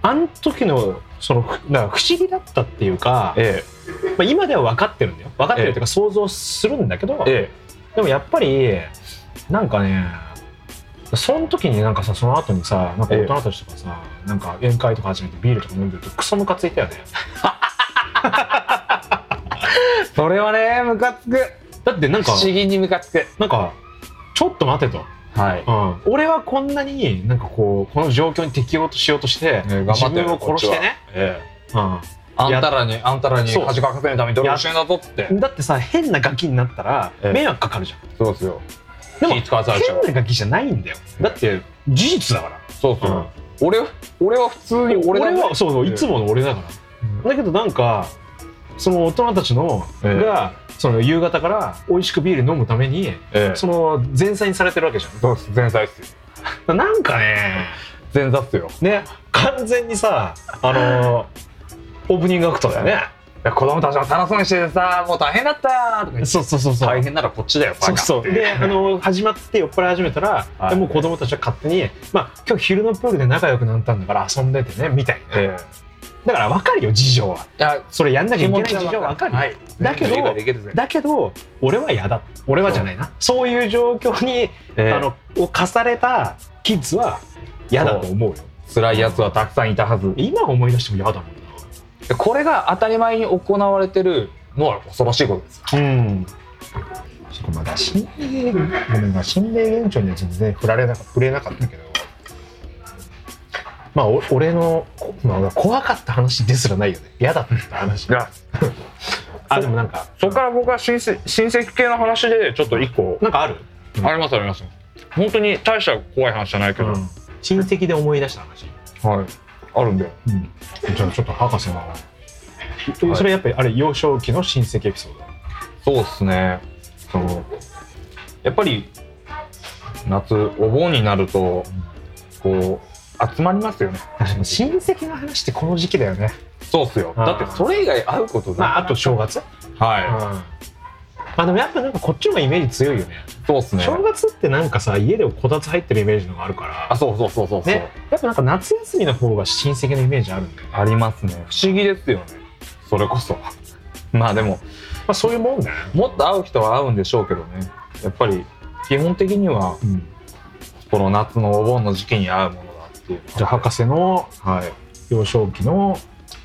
[SPEAKER 2] あの時のそのふなんか不思議だったっていうか
[SPEAKER 4] え、え
[SPEAKER 2] まあ、今では分かってるんだよ分かってるっていうか想像するんだけど、
[SPEAKER 4] ええ
[SPEAKER 2] でもやっぱりなんかねその時になんかさその後にさなんか大人たちとかさ、なんか宴会とか始めてビールとか飲んでるとクソムカついたよね
[SPEAKER 4] えそれはねムカつく
[SPEAKER 2] だってなん
[SPEAKER 4] 不
[SPEAKER 2] か
[SPEAKER 4] 思議にムカつく
[SPEAKER 2] なんかちょっと待てと
[SPEAKER 4] はい
[SPEAKER 2] うん、俺はこんなになんかこうこの状況に適応しようとして、
[SPEAKER 4] 頑張って
[SPEAKER 2] 自
[SPEAKER 4] よ
[SPEAKER 2] 分を殺してね、
[SPEAKER 4] え
[SPEAKER 2] う
[SPEAKER 4] えあんたらにあんたらに
[SPEAKER 2] そう
[SPEAKER 4] 恥かかせるために努力してんだぞって
[SPEAKER 2] ん、だってさ変なガキになったら
[SPEAKER 4] ええ
[SPEAKER 2] 迷惑かかるじゃん、
[SPEAKER 4] そうですよ
[SPEAKER 2] でも
[SPEAKER 4] 気使わされちゃう
[SPEAKER 2] 変なガキじゃないんだよだって事実だから
[SPEAKER 4] そうそう、
[SPEAKER 2] うん
[SPEAKER 4] 俺は俺は普通に俺
[SPEAKER 2] 俺
[SPEAKER 4] だ
[SPEAKER 2] はそうそう
[SPEAKER 4] ええ
[SPEAKER 2] いつもの俺だから、だけどなんかその大人たちの、
[SPEAKER 4] ええ
[SPEAKER 2] がその夕方から美味しくビール飲むために
[SPEAKER 4] ええ
[SPEAKER 2] その前菜にされてるわけじゃん
[SPEAKER 4] そうです前菜っすよ
[SPEAKER 2] だなんかね
[SPEAKER 4] 前座っすよ
[SPEAKER 2] ね完全にさあのーオープニングアクトだよね
[SPEAKER 4] いや子供たちも楽しそうにしててさもう大変だったーとか言って
[SPEAKER 2] そうそうそうそう
[SPEAKER 4] 大変ならこっちだよバ
[SPEAKER 2] そう
[SPEAKER 4] カ
[SPEAKER 2] そう
[SPEAKER 4] って
[SPEAKER 2] であの始まって酔っ払い始めたら、
[SPEAKER 4] はい
[SPEAKER 2] でもう子供たちは勝手に、まあ、今日昼のプールで仲良くなったんだから遊んでてねみたいな、
[SPEAKER 4] え
[SPEAKER 2] だから分かるよ事情はい
[SPEAKER 4] や
[SPEAKER 2] それやんなきゃ
[SPEAKER 4] 気
[SPEAKER 2] いけ
[SPEAKER 4] 持ち
[SPEAKER 2] ない事情は分かるよ、
[SPEAKER 4] はい、
[SPEAKER 2] だけど
[SPEAKER 4] 理解できるぜ
[SPEAKER 2] だけど俺は嫌だ俺はじゃないなそういう状況に、
[SPEAKER 4] ええ
[SPEAKER 2] あのを課されたキッズは嫌だと思うよ
[SPEAKER 4] 辛いやつはたくさんいたはず
[SPEAKER 2] 今思い出しても嫌だもんな
[SPEAKER 4] これが当たり前に行われてるのは恐ろしいことです
[SPEAKER 2] うんちょっとまだ心霊ごめんな心霊現象には全然触られなか触れなかったけどまあお俺の、こまあ、怖かった話ですらないよね嫌だった話
[SPEAKER 4] や
[SPEAKER 2] あでもなんか
[SPEAKER 4] そこから僕は親戚親戚系の話でちょっと一個
[SPEAKER 2] なんかある、
[SPEAKER 4] ありますあります本当に大した怖い話じゃないけど、はい
[SPEAKER 2] 親戚で思い出した話、
[SPEAKER 4] あるんだよ
[SPEAKER 2] じゃあちょっと博士の、
[SPEAKER 4] い
[SPEAKER 2] それやっぱりあれ幼少期の親戚エピソード
[SPEAKER 4] そうっすねそのやっぱり夏お盆になるとこう集まりますよね
[SPEAKER 2] 確かに親戚の話ってこの時期だよね
[SPEAKER 4] そうっすよ
[SPEAKER 2] あー
[SPEAKER 4] だってそれ以外会うことない、
[SPEAKER 2] まああと正月、
[SPEAKER 4] は
[SPEAKER 2] まあでもやっぱなんかこっちの方がイメージ強いよね
[SPEAKER 4] いそうっすね
[SPEAKER 2] 正月ってなんかさ家でこたつ入ってるイメージのがあるから
[SPEAKER 4] あそうそうそうそうそう、
[SPEAKER 2] ねやっぱなんか夏休みの方が親戚のイメージあるんだよね、
[SPEAKER 4] ありますね不思議ですよねそれこそ [laughs] まあでも
[SPEAKER 2] まあ、そういうもんだよ、
[SPEAKER 4] もっと会う人は会うんでしょうけどねやっぱり基本的には
[SPEAKER 2] うん、
[SPEAKER 4] この夏のお盆の時期に会うものだっていう
[SPEAKER 2] じゃあ博士の
[SPEAKER 4] はい
[SPEAKER 2] 幼少期の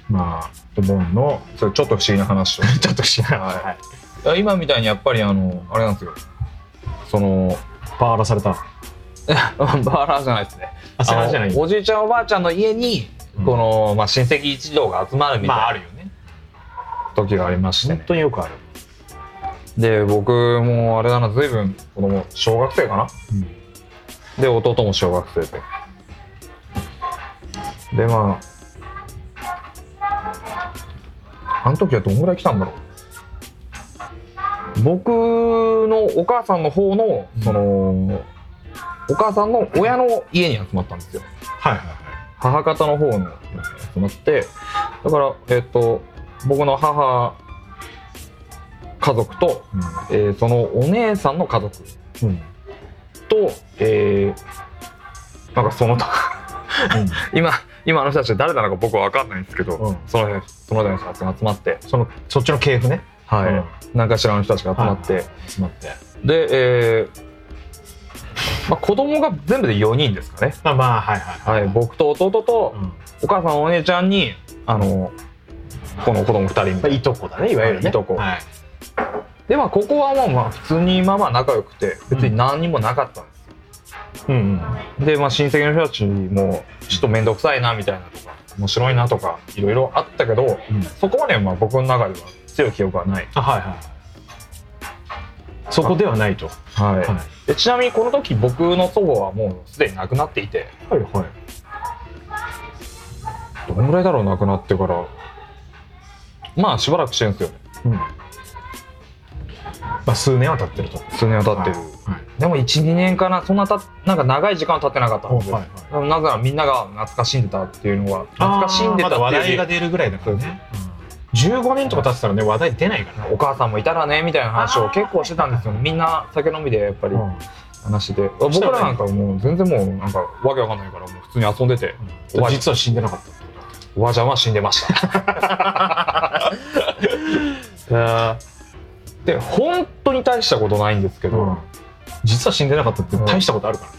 [SPEAKER 2] まあお盆の
[SPEAKER 4] それちょっと不思議な話を
[SPEAKER 2] ちょっとしない、
[SPEAKER 4] はいいや今みたいにやっぱりあのあれなんですよその
[SPEAKER 2] パワハラされた
[SPEAKER 4] [laughs] バーラーじゃないですね
[SPEAKER 2] あそれじゃない
[SPEAKER 4] あのおじいちゃんおばあちゃんの家に
[SPEAKER 2] うん
[SPEAKER 4] この、まあ、親戚一同が集まるみ
[SPEAKER 2] まあ
[SPEAKER 4] た
[SPEAKER 2] あ
[SPEAKER 4] い
[SPEAKER 2] るよね
[SPEAKER 4] な時がありまして
[SPEAKER 2] 本
[SPEAKER 4] ね、
[SPEAKER 2] 当によくある、
[SPEAKER 4] で僕もあれだな随分子供小学生かなで弟も小学生ででまああの時はどんぐらい来たんだろう僕のお母さんの方のその、お母さんの親の家に集まったんですよ
[SPEAKER 2] はいはいは
[SPEAKER 4] 母方の方のに集まってだからえっ、と僕の母家族と、えーそのお姉さんの家族
[SPEAKER 2] いうん、うん
[SPEAKER 4] [laughs] と、えーなんかその他今今の人たち誰なのか僕は分かんないんですけど、
[SPEAKER 2] うん
[SPEAKER 4] そのその辺の人たちが集まって、
[SPEAKER 2] そのそっちの系譜ね
[SPEAKER 4] はい
[SPEAKER 2] うん
[SPEAKER 4] なんかしらの人たちが集まって、
[SPEAKER 2] 集まって
[SPEAKER 4] で、えーまあ、子供が全部で4人ですかね、
[SPEAKER 2] あまあはいは
[SPEAKER 4] はいい、僕と弟と
[SPEAKER 2] うんま
[SPEAKER 4] お母さんお姉ちゃんにあのこの子供2人みたい
[SPEAKER 2] あ
[SPEAKER 4] ない
[SPEAKER 2] とこだねいわゆるね
[SPEAKER 4] いとこ
[SPEAKER 2] はい
[SPEAKER 4] でまあここはまあまあ普通にまあまあ仲良くて別に何にもなかったんですよ、
[SPEAKER 2] うんうん
[SPEAKER 4] でまあ親戚の人たちもちょっと面倒くさいなみたいなとか面白いなとかいろいろあったけど
[SPEAKER 2] うん
[SPEAKER 4] そこまでまあ僕の中では強い記憶はない、
[SPEAKER 2] あはいはいそこではないとは
[SPEAKER 4] はい
[SPEAKER 2] はい
[SPEAKER 4] でちなみにこの時僕の祖母はもうすでに亡くなっていて
[SPEAKER 2] はい
[SPEAKER 4] どのぐらいだろう亡くなってからまあしばらくしてるんですよね
[SPEAKER 2] うんまあ数年は経ってると
[SPEAKER 4] 数年は経ってる、
[SPEAKER 2] はい
[SPEAKER 4] でも12年かなそんなたなんか長い時間は経ってなかったんですよ、
[SPEAKER 2] はいはい
[SPEAKER 4] なぜならみんなが懐かしんでたっていうのは懐かしんでた
[SPEAKER 2] まだ話
[SPEAKER 4] っていうよ
[SPEAKER 2] 題が
[SPEAKER 4] り
[SPEAKER 2] 出るぐらいだからね15年とか経ってたらね話題出ないからね
[SPEAKER 4] お母さんもいたらねみたいな話を結構してたんですよみんな酒飲みでやっぱり
[SPEAKER 2] うん
[SPEAKER 4] 話してて僕らなんかもう全然もうなんかわけわかんないからもう普通に遊んでて
[SPEAKER 2] うん実は死んでなかったってこと
[SPEAKER 4] おばあちゃんは死んでました [laughs] で本当に大したことないんですけど、
[SPEAKER 2] 実は死んでなかったって大したことあるからね、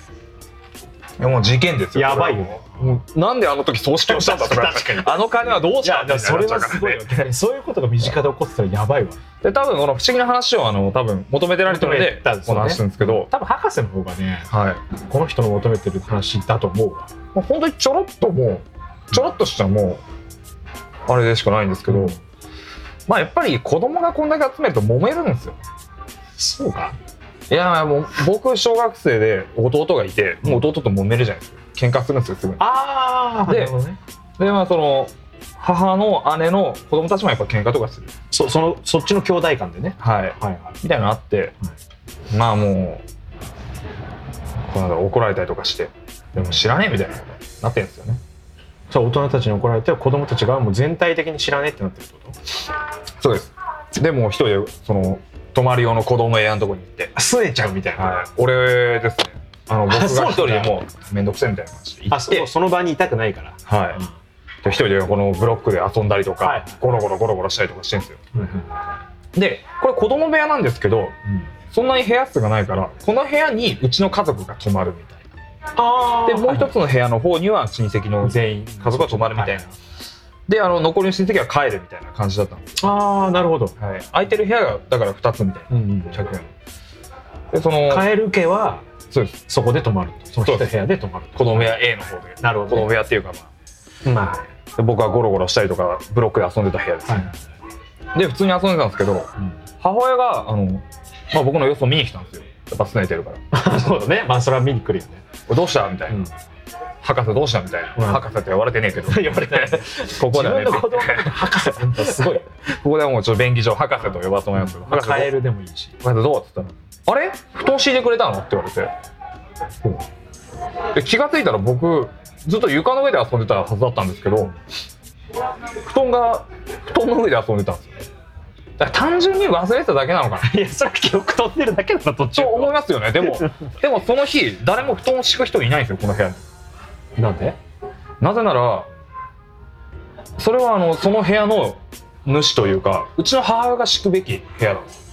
[SPEAKER 4] いやもう事件ですよ
[SPEAKER 2] やばいよね
[SPEAKER 4] もうなんであの時葬式をしたんだとか
[SPEAKER 2] 確かに
[SPEAKER 4] あの金はどうしたんだみたい
[SPEAKER 2] そ
[SPEAKER 4] に
[SPEAKER 2] れ
[SPEAKER 4] なっ
[SPEAKER 2] は
[SPEAKER 4] ちゃう
[SPEAKER 2] す
[SPEAKER 4] か
[SPEAKER 2] ご
[SPEAKER 4] ら
[SPEAKER 2] い
[SPEAKER 4] ね
[SPEAKER 2] よねそういうことが身近で起こってたらやばいわ
[SPEAKER 4] で多分この不思議な話をあの多分求めてられてるの
[SPEAKER 2] 求め
[SPEAKER 4] で
[SPEAKER 2] てたんです
[SPEAKER 4] こ
[SPEAKER 2] よ
[SPEAKER 4] の
[SPEAKER 2] ね
[SPEAKER 4] 話するんですけど、
[SPEAKER 2] 多分博士の方がね
[SPEAKER 4] はい、
[SPEAKER 2] この人の求めてる話だと思うわ
[SPEAKER 4] もう本当にちょろっともうちょろっとしたもうあれでしかないんですけど、まあやっぱり子供がこんだけ集めると揉めるんですよ
[SPEAKER 2] そうか
[SPEAKER 4] いやもう僕小学生で弟がいてもう弟と揉めるじゃないですか喧嘩するんですよすぐに
[SPEAKER 2] ああ
[SPEAKER 4] で
[SPEAKER 2] なるほどね
[SPEAKER 4] でまあその母の姉の子供たちもやっぱ喧嘩とかする
[SPEAKER 2] そそのそっちの兄弟間でね
[SPEAKER 4] はい
[SPEAKER 2] はいはい
[SPEAKER 4] みたいなのあって、まあもうこの間怒られたりとかしてでも知らねえみたいなことになってるんですよね
[SPEAKER 2] そう大人たちに怒られて子供たちがもう全体的に知らねえってなってるってこと
[SPEAKER 4] そうですでもう一人でその泊まり用の子供部屋のとこに行って
[SPEAKER 2] すねちゃうみたいな、
[SPEAKER 4] はい、俺ですねあの僕が
[SPEAKER 2] あそ
[SPEAKER 4] 一
[SPEAKER 2] うなんだ
[SPEAKER 4] 人でもう面倒くせえみたいな感じで行
[SPEAKER 2] あ
[SPEAKER 4] っ
[SPEAKER 2] そ
[SPEAKER 4] て
[SPEAKER 2] うその場にいたくないから、
[SPEAKER 4] はいで一人でこのブロックで遊んだりとか、
[SPEAKER 2] はい
[SPEAKER 4] ゴロゴロゴロゴロしたりとかしてるんですよ
[SPEAKER 2] うんうん
[SPEAKER 4] でこれ子供部屋なんですけどそんなに部屋数がないからこの部屋にうちの家族が泊まるみたい
[SPEAKER 2] ああ
[SPEAKER 4] なでもう一つの部屋の方には親戚の
[SPEAKER 2] 全員
[SPEAKER 4] 家族が泊まるみたいな、であの残りの親戚は帰るみたいな感じだったんですよ、
[SPEAKER 2] ああなるほど、
[SPEAKER 4] はい、空いてる部屋がだから2つみたいな100円でその
[SPEAKER 2] カエル家は
[SPEAKER 4] そうです
[SPEAKER 2] そこで泊まるとその一部屋で泊まると
[SPEAKER 4] 子供部屋 A の方で
[SPEAKER 2] なる
[SPEAKER 4] 子供部屋っていうかまあ
[SPEAKER 2] まあ
[SPEAKER 4] で僕はゴロゴロしたりとかブロックで遊んでた部屋です、
[SPEAKER 2] はい
[SPEAKER 4] で普通に遊んでたんですけど母親があの、まあ、僕の様子を見に来たんですよやっぱ拗ねて
[SPEAKER 2] [laughs]
[SPEAKER 4] るから
[SPEAKER 2] [laughs] そうだねまあそれは見に来るよね、
[SPEAKER 4] 「おいどうした?」みたいな、博士どうした?」みたいな、
[SPEAKER 2] うん
[SPEAKER 4] 博士って言われてねえけど
[SPEAKER 2] [laughs] 言われてな
[SPEAKER 4] [laughs]
[SPEAKER 2] い
[SPEAKER 4] ここ
[SPEAKER 2] 自
[SPEAKER 4] ではね
[SPEAKER 2] 分の子供
[SPEAKER 4] [laughs]
[SPEAKER 2] のこと博士本当すごい [laughs] よね
[SPEAKER 4] ここではもうちょっと便宜上博士と呼ばせてもらいますけど、
[SPEAKER 2] まあ
[SPEAKER 4] 博士どう
[SPEAKER 2] カエルでもいいし
[SPEAKER 4] 博士どう?」っつったら「あれ布団敷いてくれたの?」って言われて、で気が付いたら僕ずっと床の上で遊んでたはずだったんですけど布団が布団の上で遊んでたんですよだから単純に忘れてただけなのかない
[SPEAKER 2] やそれは記憶飛んでるだけだな途中
[SPEAKER 4] そう思いますよね [laughs] でもでもその日誰も布団を敷く人いないんですよこの部屋に
[SPEAKER 2] なんで
[SPEAKER 4] なぜならそれはあのその部屋の主というかうちの母親が敷くべき部屋なんです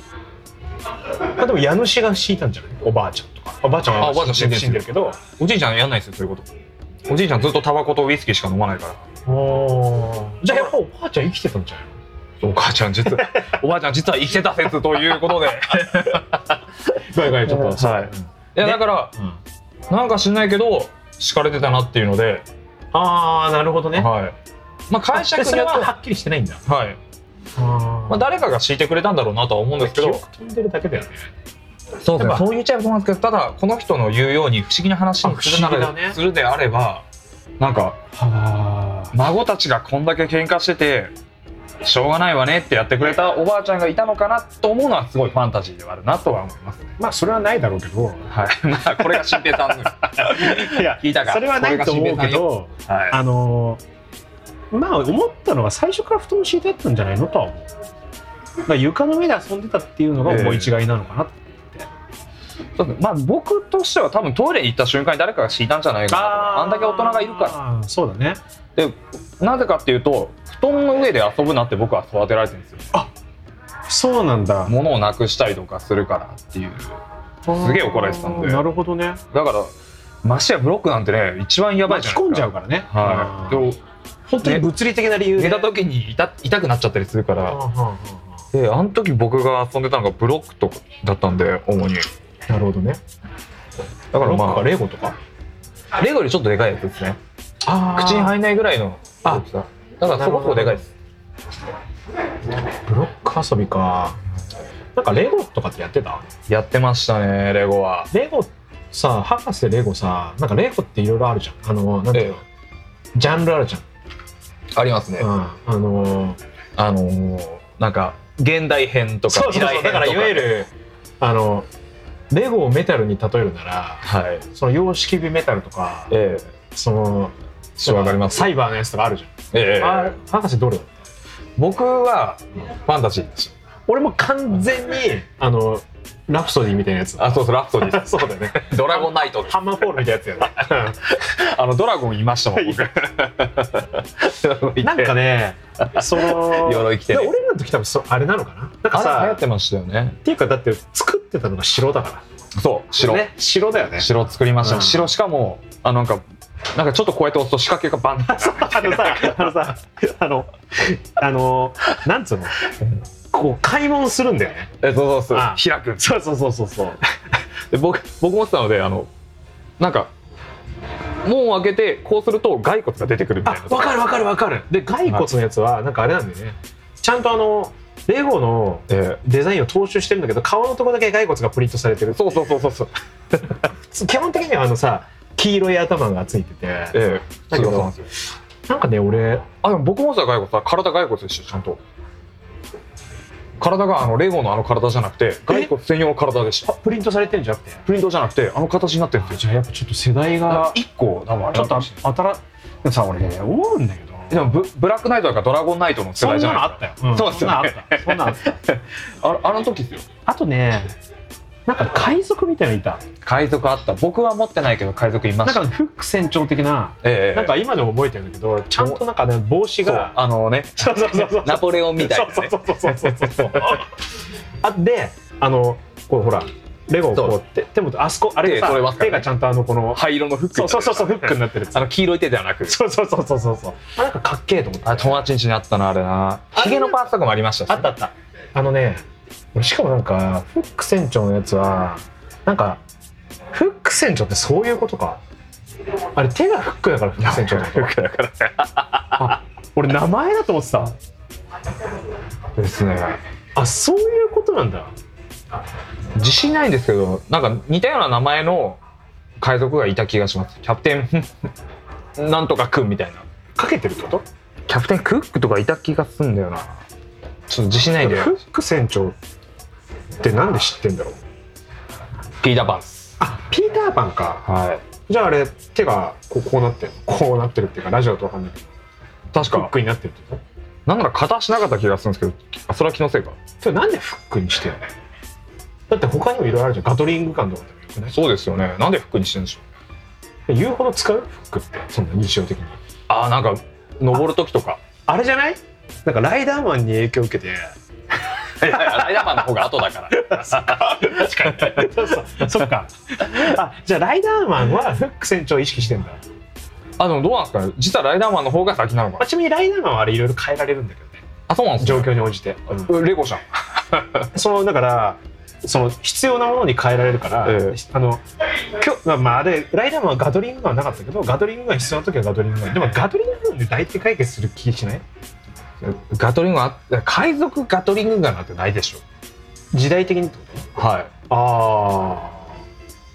[SPEAKER 2] あでも家主が敷いたんじゃないおばあちゃんとかおばあちゃん
[SPEAKER 4] あ
[SPEAKER 2] は
[SPEAKER 4] おばあちゃん死んでる
[SPEAKER 2] 死んでるけど
[SPEAKER 4] おじいちゃんやんないですよそういうことおじいちゃんずっとタバコとウイスキーしか飲まないから
[SPEAKER 2] じゃあやっぱおばあちゃん生きてたんじゃないの
[SPEAKER 4] お母ちゃん実 [laughs] はおばあちゃん実は生きてた説ということ [laughs] で
[SPEAKER 2] ごめんごめんちょっと
[SPEAKER 4] はい
[SPEAKER 2] うん
[SPEAKER 4] いやだからなんか知んないけど敷かれてたなっていうので、
[SPEAKER 2] ああなるほどね
[SPEAKER 4] はいまあ、解釈
[SPEAKER 2] でそ
[SPEAKER 4] に
[SPEAKER 2] れ
[SPEAKER 4] よっ
[SPEAKER 2] は
[SPEAKER 4] て
[SPEAKER 2] は
[SPEAKER 4] は、
[SPEAKER 2] っきりしてないんだ
[SPEAKER 4] はいまあ、
[SPEAKER 2] まあ
[SPEAKER 4] 誰かが敷いてくれたんだろうなとは思うんですけ
[SPEAKER 2] 記
[SPEAKER 4] ど
[SPEAKER 2] 憶飛んでるだけだよね
[SPEAKER 4] そうですね
[SPEAKER 2] やっぱ
[SPEAKER 4] そう言っちゃえばそうなんですけどただこの人の言うように不思議な話にするな
[SPEAKER 2] あ不
[SPEAKER 4] ら、
[SPEAKER 2] 思議だね
[SPEAKER 4] するであればなんか
[SPEAKER 2] はあ
[SPEAKER 4] 孫たちがこんだけ喧嘩しててしょうがないわねってやってくれたおばあちゃんがいたのかなと思うのはすごいファンタジーではあるなとは思いますね
[SPEAKER 2] まあそれはないだろうけど
[SPEAKER 4] はい [laughs] まあこれが新平さんの
[SPEAKER 2] [laughs] いや
[SPEAKER 4] 聞いたか
[SPEAKER 2] [laughs] それはないと思うけど
[SPEAKER 4] はい
[SPEAKER 2] あのーまあ思ったのが最初から布団敷いてあったんじゃないのとは思うだから床の上で遊んでたっていうのが思い違いなのかなって、
[SPEAKER 4] そうですねまあ僕としては多分トイレに行った瞬間に誰かが敷いたんじゃないかなとあんだけ大人がいるから
[SPEAKER 2] そうだね
[SPEAKER 4] でなぜかっていうと布団の上で遊ぶなって僕は育てられてるんですよ
[SPEAKER 2] そうなんだ
[SPEAKER 4] 物をなくしたりとかするからっていうすげえ怒られてたんで
[SPEAKER 2] あーなるほどね
[SPEAKER 4] だからましてやブロックなんてね一番やばいじ
[SPEAKER 2] 着
[SPEAKER 4] ゃない
[SPEAKER 2] 込ん
[SPEAKER 4] です
[SPEAKER 2] じ
[SPEAKER 4] か、
[SPEAKER 2] ゃうからね
[SPEAKER 4] はい、で
[SPEAKER 2] うん本当に物理的な理由
[SPEAKER 4] 寝
[SPEAKER 2] で
[SPEAKER 4] た時に痛痛くなっちゃったりするか
[SPEAKER 2] うん
[SPEAKER 4] ら
[SPEAKER 2] うんうんうん
[SPEAKER 4] であの時僕が遊んでたのがブロックとかだったんで主にだ
[SPEAKER 2] なるほどね
[SPEAKER 4] か
[SPEAKER 2] だ
[SPEAKER 4] らま
[SPEAKER 2] レゴとか
[SPEAKER 4] あレゴよりちょっとでかいやつですね口に
[SPEAKER 2] る
[SPEAKER 4] 入んないぐらいの
[SPEAKER 2] あ
[SPEAKER 4] 大きさだからそこそこでかいです
[SPEAKER 2] ブロック遊びかなんかレゴとかってやってた
[SPEAKER 4] やってましたねレゴは
[SPEAKER 2] レゴさ博士レゴさなんかレゴっていろいろあるじゃんあのなんていうの、ジャンルあるじゃん、
[SPEAKER 4] ありますね
[SPEAKER 2] うん、あのー
[SPEAKER 4] あのーなんか現代編とか
[SPEAKER 2] そうそう
[SPEAKER 4] 未来
[SPEAKER 2] そ
[SPEAKER 4] 編
[SPEAKER 2] うだ
[SPEAKER 4] とから
[SPEAKER 2] かいわゆるあのレゴをメタルに例えるなら
[SPEAKER 4] はい
[SPEAKER 2] その様式美メタルとか
[SPEAKER 4] ええ
[SPEAKER 2] その
[SPEAKER 4] ちょっとわかります
[SPEAKER 2] サイバーのやつとかあるじ
[SPEAKER 4] え
[SPEAKER 2] ゃん、あ博士どれだ
[SPEAKER 4] 僕はファンタジーです
[SPEAKER 2] 俺も完全にあのラプソディみたいなやつ [laughs]
[SPEAKER 4] あそうそうラプソディで
[SPEAKER 2] そうだよね
[SPEAKER 4] すドラゴンナイトです
[SPEAKER 2] ハンマーフォールみたいなやつ
[SPEAKER 4] [laughs]
[SPEAKER 2] やね
[SPEAKER 4] あのドラゴンいましたもん [laughs] 僕
[SPEAKER 2] なんかねそ
[SPEAKER 4] [laughs]
[SPEAKER 2] の
[SPEAKER 4] 鎧着てね
[SPEAKER 2] で俺らの時多分そあれなのかななんか
[SPEAKER 4] あれ流
[SPEAKER 2] さ
[SPEAKER 4] 行っ
[SPEAKER 2] っ
[SPEAKER 4] てましたよね
[SPEAKER 2] ていうかだって作ってたのが城だから
[SPEAKER 4] そう白、
[SPEAKER 2] ね城だよ [laughs] ね
[SPEAKER 4] 白作りました、
[SPEAKER 2] うん
[SPEAKER 4] 白しかもあなんかなんかちょっとこうやって押すと仕掛けがバンって
[SPEAKER 2] あのさ、あのさ、あの、あの、なんつうの、こう開門するんだよね。
[SPEAKER 4] [laughs] えそうそうそう
[SPEAKER 2] あ
[SPEAKER 4] 開く
[SPEAKER 2] そうそうそうそうそう。
[SPEAKER 4] で僕僕持ってたのであのなんか門を開けてこうすると骸骨が出てくるみたい
[SPEAKER 2] あ
[SPEAKER 4] な、
[SPEAKER 2] わかるわかるわかる。で、骸骨のやつは、なんかあれなんだよね。ちゃんとあの、レゴの
[SPEAKER 4] え
[SPEAKER 2] デザインを踏襲してるんだけど、顔のところだけ骸骨がプリントされて
[SPEAKER 4] え
[SPEAKER 2] る。
[SPEAKER 4] そうそうそうそうそう
[SPEAKER 2] 基本的にはあのさ、黄色い頭がついてて。
[SPEAKER 4] ええ
[SPEAKER 2] だけど
[SPEAKER 4] そうなんですよ
[SPEAKER 2] なんかね、俺、
[SPEAKER 4] あでも僕もさ骸骨は体骸骨でしたよちゃんと体があのレゴのあの体じゃなくて骸骨専用の体でした
[SPEAKER 2] プリントされてるんじゃなくて。
[SPEAKER 4] プリントじゃなくてあの形になってるんですよ
[SPEAKER 2] じゃあやっぱちょっと世代が
[SPEAKER 4] 1個多分あれ
[SPEAKER 2] ちょっと
[SPEAKER 4] だ
[SPEAKER 2] あ
[SPEAKER 4] し
[SPEAKER 2] 当たらでもさ俺ね思うんだけど
[SPEAKER 4] でもブブラックナイトとかドラゴンナイトの世
[SPEAKER 2] そ
[SPEAKER 4] 代
[SPEAKER 2] ん
[SPEAKER 4] じ
[SPEAKER 2] な
[SPEAKER 4] ゃ
[SPEAKER 2] の
[SPEAKER 4] な
[SPEAKER 2] あ
[SPEAKER 4] い
[SPEAKER 2] ったよ、うん
[SPEAKER 4] そうです
[SPEAKER 2] そんな
[SPEAKER 4] よ
[SPEAKER 2] のあ
[SPEAKER 4] ね
[SPEAKER 2] ったそんなのあった
[SPEAKER 4] ああの時ですよ
[SPEAKER 2] あとね、なんか海賊みたいなのいた。
[SPEAKER 4] 海賊あった僕は持ってないけど海賊いま
[SPEAKER 2] な
[SPEAKER 4] し
[SPEAKER 2] ん
[SPEAKER 4] た
[SPEAKER 2] かフック船長的な、
[SPEAKER 4] ええ
[SPEAKER 2] なんか今でも覚えてるんだけど、ちゃんとなんかね、帽子
[SPEAKER 4] そう
[SPEAKER 2] が。
[SPEAKER 4] あのね
[SPEAKER 2] そうそうそうそう。
[SPEAKER 4] ナポレオンみたいなね
[SPEAKER 2] そうそうそうそうそうそう。あ、で、あの、こうほら、レゴを
[SPEAKER 4] そ
[SPEAKER 2] こ
[SPEAKER 4] う
[SPEAKER 2] う手、手元、あそこ、あれ
[SPEAKER 4] 手
[SPEAKER 2] さ
[SPEAKER 4] 取れます、からね
[SPEAKER 2] 手がちゃんとあの、この、
[SPEAKER 4] 灰色のフック
[SPEAKER 2] そうそうそうそう、フック
[SPEAKER 4] の
[SPEAKER 2] になってるやつ
[SPEAKER 4] あの黄色い手ではなく
[SPEAKER 2] そうそうそうそうそうそう。あ、なんかかっけえと思った。
[SPEAKER 4] あ友達ん家にあったなあれな
[SPEAKER 2] あ
[SPEAKER 4] ヒゲのパーツとかもありましたしね
[SPEAKER 2] あった。あのね、俺しかもなんか、フック船長のやつは、なんか、フック船長ってそういうことか。あれ、手がフックだから、フック船長のこと
[SPEAKER 4] フックだから
[SPEAKER 2] あ俺、名前だと思ってた。
[SPEAKER 4] ですね
[SPEAKER 2] あ、そういうことなんだ。
[SPEAKER 4] 自信ないんですけどなんか似たような名前の海賊がいた気がしますキャプテン [laughs] なんとかくんみたいな
[SPEAKER 2] かけてるってこと
[SPEAKER 4] キャプテンクックとかいた気がすんだよなちょっと自信ないんで
[SPEAKER 2] フック船長ってなんで知ってんだろう
[SPEAKER 4] ピーターパンス
[SPEAKER 2] あ、ピーターパンか。
[SPEAKER 4] はい
[SPEAKER 2] じゃああれ、手がこうこうなってる。こうなってるっていうか、ラジオだとわかんないけど、
[SPEAKER 4] 確
[SPEAKER 2] フッ
[SPEAKER 4] か
[SPEAKER 2] クになってるってこと
[SPEAKER 4] なんなら片足なかった気がするんですけどあそれは気のせいか
[SPEAKER 2] それなんでフックにしてんのだって他にもいろいろあるじゃん。ガトリング感とかでもよくない
[SPEAKER 4] そうですよねなんでフックにしてるんでしょう
[SPEAKER 2] 言うほど使うフックってそんな日常的に
[SPEAKER 4] ああなんか登る時とか
[SPEAKER 2] あれじゃないなんかライダーマンに影響を受けて
[SPEAKER 4] いやいやライダーマンの方が後だから
[SPEAKER 2] 確かにそう [laughs] そうそっかあじゃあライダーマンはフック船長を意識してんだ、
[SPEAKER 4] [laughs] あでもどうなんですかね実はライダーマンの方が先なのか
[SPEAKER 2] まあ、
[SPEAKER 4] な
[SPEAKER 2] ちなみにライダーマンはあれいろいろ変えられるんだけどね
[SPEAKER 4] あそうなんです
[SPEAKER 2] 状
[SPEAKER 4] か
[SPEAKER 2] 況に応じて、うん
[SPEAKER 4] レゴじゃん
[SPEAKER 2] そのだからその必要なものに変えられるから、
[SPEAKER 4] ええ
[SPEAKER 2] あの今日まあまああれライダーマンはガトリングガンはなかったけどガトリングガン必要な時はガトリングガンでもガトリングガンで大体解決する気しない
[SPEAKER 4] ガトリングガン海賊ガトリングガンなんてないでしょ
[SPEAKER 2] 時代的にってこと
[SPEAKER 4] はい
[SPEAKER 2] ああ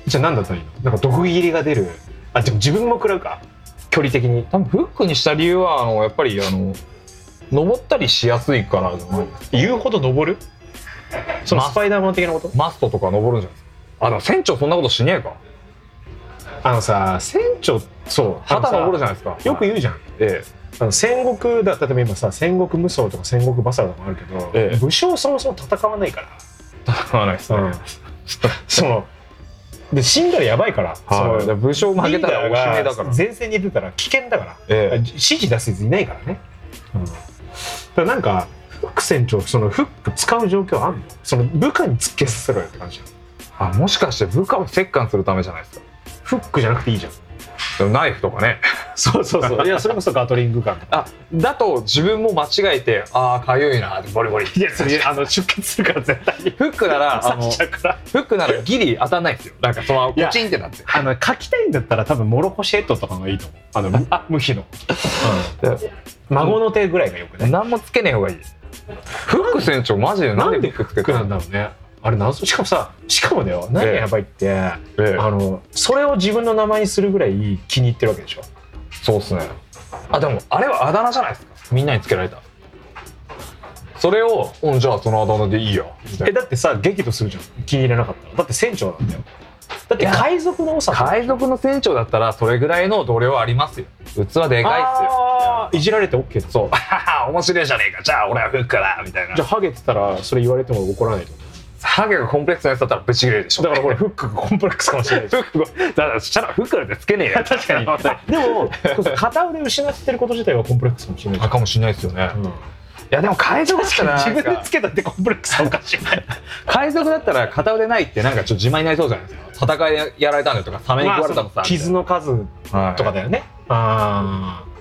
[SPEAKER 2] じゃあ何だったらいいのなんか毒斬りが出るあでも自分も食らうか距離的に
[SPEAKER 4] 多分フックにした理由はあのやっぱりあの登ったりしやすいからじゃないですか
[SPEAKER 2] 言うほど登るその
[SPEAKER 4] まあ
[SPEAKER 2] スパイダーマン的なこと
[SPEAKER 4] マストとか登るんじゃないですかあでも船長そんなことしねえか
[SPEAKER 2] あのさ船長そう
[SPEAKER 4] 旗
[SPEAKER 2] あのさ
[SPEAKER 4] 登るじゃないですか
[SPEAKER 2] よく言うじゃん
[SPEAKER 4] え
[SPEAKER 2] あの戦国だ例えば今さ戦国無双とか戦国バサラとかあるけど、
[SPEAKER 4] ええ
[SPEAKER 2] 武将そもそも戦わないから
[SPEAKER 4] え戦わないですね
[SPEAKER 2] うんそので死んだらやばいから、
[SPEAKER 4] はい、だ
[SPEAKER 2] そ
[SPEAKER 4] から
[SPEAKER 2] の
[SPEAKER 4] 武将負けたらおしまいだから
[SPEAKER 2] リーダーが前線に出たら危険だから
[SPEAKER 4] ええ
[SPEAKER 2] 指示出すやついないからね、うん、だからなんかフック船長そのフック使う状況あんのその部下に突っ消させろよって感じじ
[SPEAKER 4] あもしかして部下を折檻するためじゃないですか
[SPEAKER 2] ゃんフックじゃなくていいじゃん
[SPEAKER 4] でもナイフとかね
[SPEAKER 2] そうそう [laughs] そういやそれこそガトリングガンとか
[SPEAKER 4] あだと自分も間違えてああかゆいなってボリボリ
[SPEAKER 2] いやそれあの出血するから絶対 [laughs] に
[SPEAKER 4] フックならあ [laughs]
[SPEAKER 2] 刺
[SPEAKER 4] の
[SPEAKER 2] しちゃうから
[SPEAKER 4] フックならギリ当たんないですよなんかその
[SPEAKER 2] いや
[SPEAKER 4] コチンってなって
[SPEAKER 2] あの書きたいんだったら多分モロコシエットとかがいいと思うあのむ無比の、うん、孫の手ぐらいがよくない
[SPEAKER 4] 何もつけねえ方がいいですフック船長マジで
[SPEAKER 2] な
[SPEAKER 4] なん
[SPEAKER 2] ん
[SPEAKER 4] で
[SPEAKER 2] で
[SPEAKER 4] フ
[SPEAKER 2] フ
[SPEAKER 4] ックつけ
[SPEAKER 2] ッ
[SPEAKER 4] た
[SPEAKER 2] クな
[SPEAKER 4] の
[SPEAKER 2] んだろうねあれ謎しかもさしかもだよ何がやばいって、
[SPEAKER 4] ええ
[SPEAKER 2] あのそれを自分の名前にするぐらい気に入ってるわけでしょ
[SPEAKER 4] そうっすねあでもあれはあだ名じゃないですかみんなにつけられたそれを「うんじゃあそのあだ名でいいよ」みた
[SPEAKER 2] え
[SPEAKER 4] いな
[SPEAKER 2] だってさ激怒するじゃん気に入らなかったらだって船長なんだよだって海賊の多さ
[SPEAKER 4] 海賊の船長だったらそれぐらいの度量ありますよ器でかいっすよ
[SPEAKER 2] あーいじられて OK そう
[SPEAKER 4] はは [laughs] 面白いじゃねえかじゃあ俺はフックだみたいな
[SPEAKER 2] じゃあハゲてたらそれ言われても怒らないと思
[SPEAKER 4] ハゲがコンプレックスなやつだったらブチ [laughs] 切れるでしょ
[SPEAKER 2] うだからこれフックがコンプレックスかもしれないです
[SPEAKER 4] フックだからそしたらフックなんてつけねえ [laughs] よ
[SPEAKER 2] 確かにでもそうそう片腕失ってること自体はコンプレックスかもしれないじゃん
[SPEAKER 4] かもしれないですよね、いやでも海賊だったらな
[SPEAKER 2] 自
[SPEAKER 4] ん
[SPEAKER 2] 分で
[SPEAKER 4] か
[SPEAKER 2] つけたってコンプレックスはおかしい
[SPEAKER 4] 海賊だったら片腕ないってなんかちょっと自慢になりそうじゃないですか戦いやられたんだよとかサメに
[SPEAKER 2] ま
[SPEAKER 4] 食わ
[SPEAKER 2] あそ
[SPEAKER 4] れたのさ、
[SPEAKER 2] の傷の数
[SPEAKER 4] はい
[SPEAKER 2] とかだよね、あー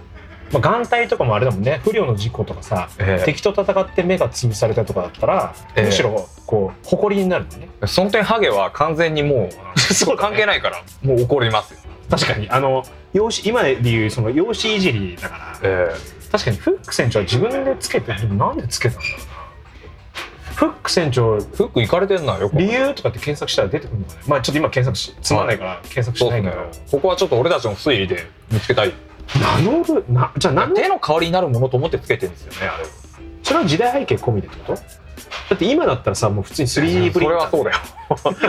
[SPEAKER 2] まあ眼帯とかもあれだもんね不慮の事故とかさ、
[SPEAKER 4] ええ
[SPEAKER 2] 敵と戦って目が潰されたとかだったら、
[SPEAKER 4] ええ
[SPEAKER 2] むしろこう誇りになるも
[SPEAKER 4] [laughs]
[SPEAKER 2] んね
[SPEAKER 4] その点ハゲは完全にもうあの
[SPEAKER 2] そうだね
[SPEAKER 4] 関係ないからもう怒りますよ、
[SPEAKER 2] 確かにあの容姿今で言うその容姿いじりだから
[SPEAKER 4] え
[SPEAKER 2] 確かにフック船長は自分でつけてでもなんでつけたんだろうなフック船長
[SPEAKER 4] フックいかれてんなよく
[SPEAKER 2] 理由とかって検索したら出てくるのかねまあちょっと今検索しつまんないから検索し
[SPEAKER 4] そう
[SPEAKER 2] な
[SPEAKER 4] で
[SPEAKER 2] い
[SPEAKER 4] す
[SPEAKER 2] け
[SPEAKER 4] ね
[SPEAKER 2] ど、
[SPEAKER 4] ここはちょっと俺たちの推理で見つけたい
[SPEAKER 2] 名乗るなじゃあ何で
[SPEAKER 4] 手の代わりになるものと思ってつけてるんですよねあれ
[SPEAKER 2] それは時代背景込みでってことだって今だったらさもう普通に 3D プリン
[SPEAKER 4] それ
[SPEAKER 2] タ
[SPEAKER 4] は
[SPEAKER 2] ー
[SPEAKER 4] そうだ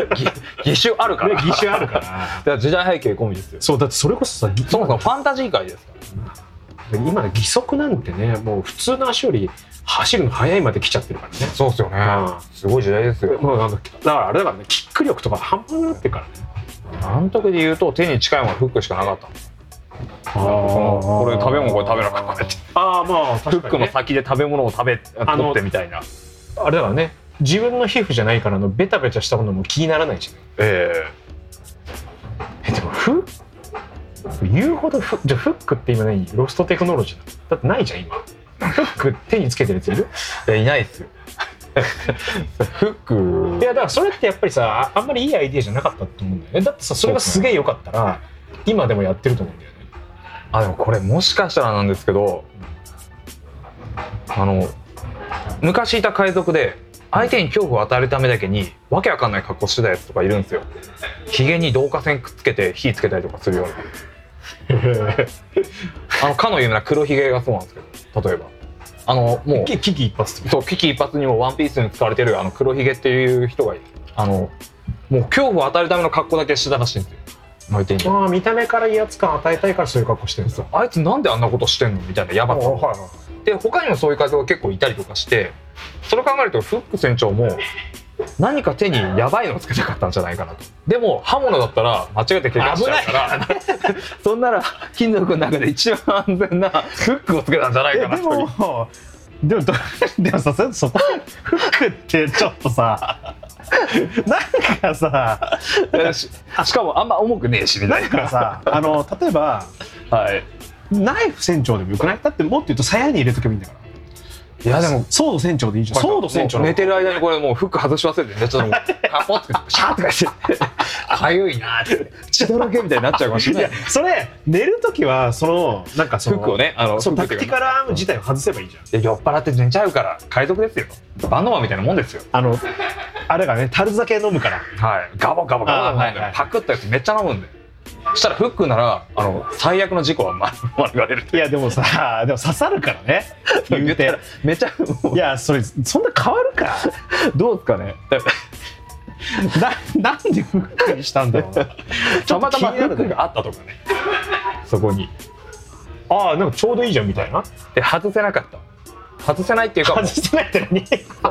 [SPEAKER 4] よ [laughs] ぎ義手あるから
[SPEAKER 2] ね義手あるから
[SPEAKER 4] いや時代背景込みですよ
[SPEAKER 2] そうだってそれこそさぎ
[SPEAKER 4] そもそもファンタジー界ですか
[SPEAKER 2] 今の義足なんてねもう普通の足より走るの速いまで来ちゃってるから
[SPEAKER 4] ら
[SPEAKER 2] ね
[SPEAKER 4] そうですよねすごい時代ですよ
[SPEAKER 2] もうあのだからあれだからねキック力とか半端なくなってるからね
[SPEAKER 4] 監督で言うと手に近いものフックしかなかった
[SPEAKER 2] あ
[SPEAKER 4] これ食べ物これ食べなこうやって
[SPEAKER 2] ああまあ
[SPEAKER 4] フ
[SPEAKER 2] 確
[SPEAKER 4] ッ
[SPEAKER 2] か
[SPEAKER 4] ク
[SPEAKER 2] に、
[SPEAKER 4] の
[SPEAKER 2] ね、
[SPEAKER 4] 先で食べ物を食べ
[SPEAKER 2] あの
[SPEAKER 4] 取ってみたいな
[SPEAKER 2] あれだからね自分の皮膚じゃないからあのベタベタしたものも気にならないしね
[SPEAKER 4] え
[SPEAKER 2] えでもフ言うほどフじゃあフックって今何ロストテクノロジーなのだってないじゃん今フック手につけてるやついる
[SPEAKER 4] えいやいないっ [laughs] すよフック
[SPEAKER 2] いやだからそれってやっぱりさああんまりいいアイディアじゃなかったと思うんだよねだってさそれがすげえ良かったら今でもやってると思うんだよね
[SPEAKER 4] あでもこれもしかしたらなんですけどあの昔いた海賊で相手に恐怖を与えるためだけにわけわかんない格好してたやつとかいるんですよひげに導火線くっつけて火つけたりとかするようなあのかの有名な黒ひげがそうなんですけど例えばあのもう
[SPEAKER 2] き危機一髪って
[SPEAKER 4] そう危機一髪にもワンピースに使われてるあの黒ひげっていう人がいるあのもう恐怖を与えるための格好だけしてたらしいんですよ相手に
[SPEAKER 2] まあ見た目から威圧感与えたいからそういう格好してるんですよ
[SPEAKER 4] あいつなんであんなことしてんのみたいなやばさ
[SPEAKER 2] おうはいはい
[SPEAKER 4] で他にもそういう方が結構いたりとかしてそれを考えるとフック船長も何か手にやばいのをつけたかったんじゃないかなとでも刃物だったら間違えて怪我しちゃうからそんなら金属の中で一番安全なフックをつけたんじゃない
[SPEAKER 2] い
[SPEAKER 4] か
[SPEAKER 2] や
[SPEAKER 4] な
[SPEAKER 2] で
[SPEAKER 4] と
[SPEAKER 2] もでもどでもさそれそこフックってちょっとさなんかさ
[SPEAKER 4] えししかもあんま重くねえしみたい
[SPEAKER 2] なんかさあの例えば
[SPEAKER 4] な、はい、
[SPEAKER 2] ナイフ船長でもよくないだってもっと言うと鞘に入れとけばいいんだから
[SPEAKER 4] いやでも
[SPEAKER 2] ソード船長でいいじゃんソード船長
[SPEAKER 4] もう寝て
[SPEAKER 2] る
[SPEAKER 4] る間にこれもうフック外し忘れて寝ちゃ [laughs] ったカポッてシャーッて返してかゆいなーって血だらけみたいになっちゃうかもしれ
[SPEAKER 2] い
[SPEAKER 4] ない
[SPEAKER 2] やそれ寝る時はそのなんかそ
[SPEAKER 4] フ
[SPEAKER 2] の
[SPEAKER 4] ックをねあの
[SPEAKER 2] その
[SPEAKER 4] フ
[SPEAKER 2] タ
[SPEAKER 4] ック
[SPEAKER 2] ク
[SPEAKER 4] って
[SPEAKER 2] テ
[SPEAKER 4] い
[SPEAKER 2] ィ
[SPEAKER 4] う
[SPEAKER 2] カ
[SPEAKER 4] か
[SPEAKER 2] ルアーム自体を外せばいいじゃん
[SPEAKER 4] いや酔っ払って寝ちゃうから海賊ですよバンドマンみたいなもんですよ
[SPEAKER 2] あのあれがね樽酒飲むから
[SPEAKER 4] はいガバガバガバガバ飲んで、
[SPEAKER 2] あはいはい
[SPEAKER 4] パクったやつめっちゃ飲むんでそしたらフックならあの最悪の事故はま [laughs] 免れる
[SPEAKER 2] いやでもさでも刺さるからね
[SPEAKER 4] 言
[SPEAKER 2] 言う
[SPEAKER 4] った
[SPEAKER 2] て
[SPEAKER 4] らめちゃも
[SPEAKER 2] いうやそれそんな変わるか
[SPEAKER 4] どうですかねだから
[SPEAKER 2] ななんでフックにしたん
[SPEAKER 4] [laughs]
[SPEAKER 2] だろうな
[SPEAKER 4] たまたま
[SPEAKER 2] 気
[SPEAKER 4] フ
[SPEAKER 2] になる
[SPEAKER 4] ッ
[SPEAKER 2] ね
[SPEAKER 4] クがあったとかねそこに
[SPEAKER 2] ああなんかちょうどいいじゃんみたいな
[SPEAKER 4] で外せなかった外せないっていうかもう
[SPEAKER 2] [laughs] 外してないって何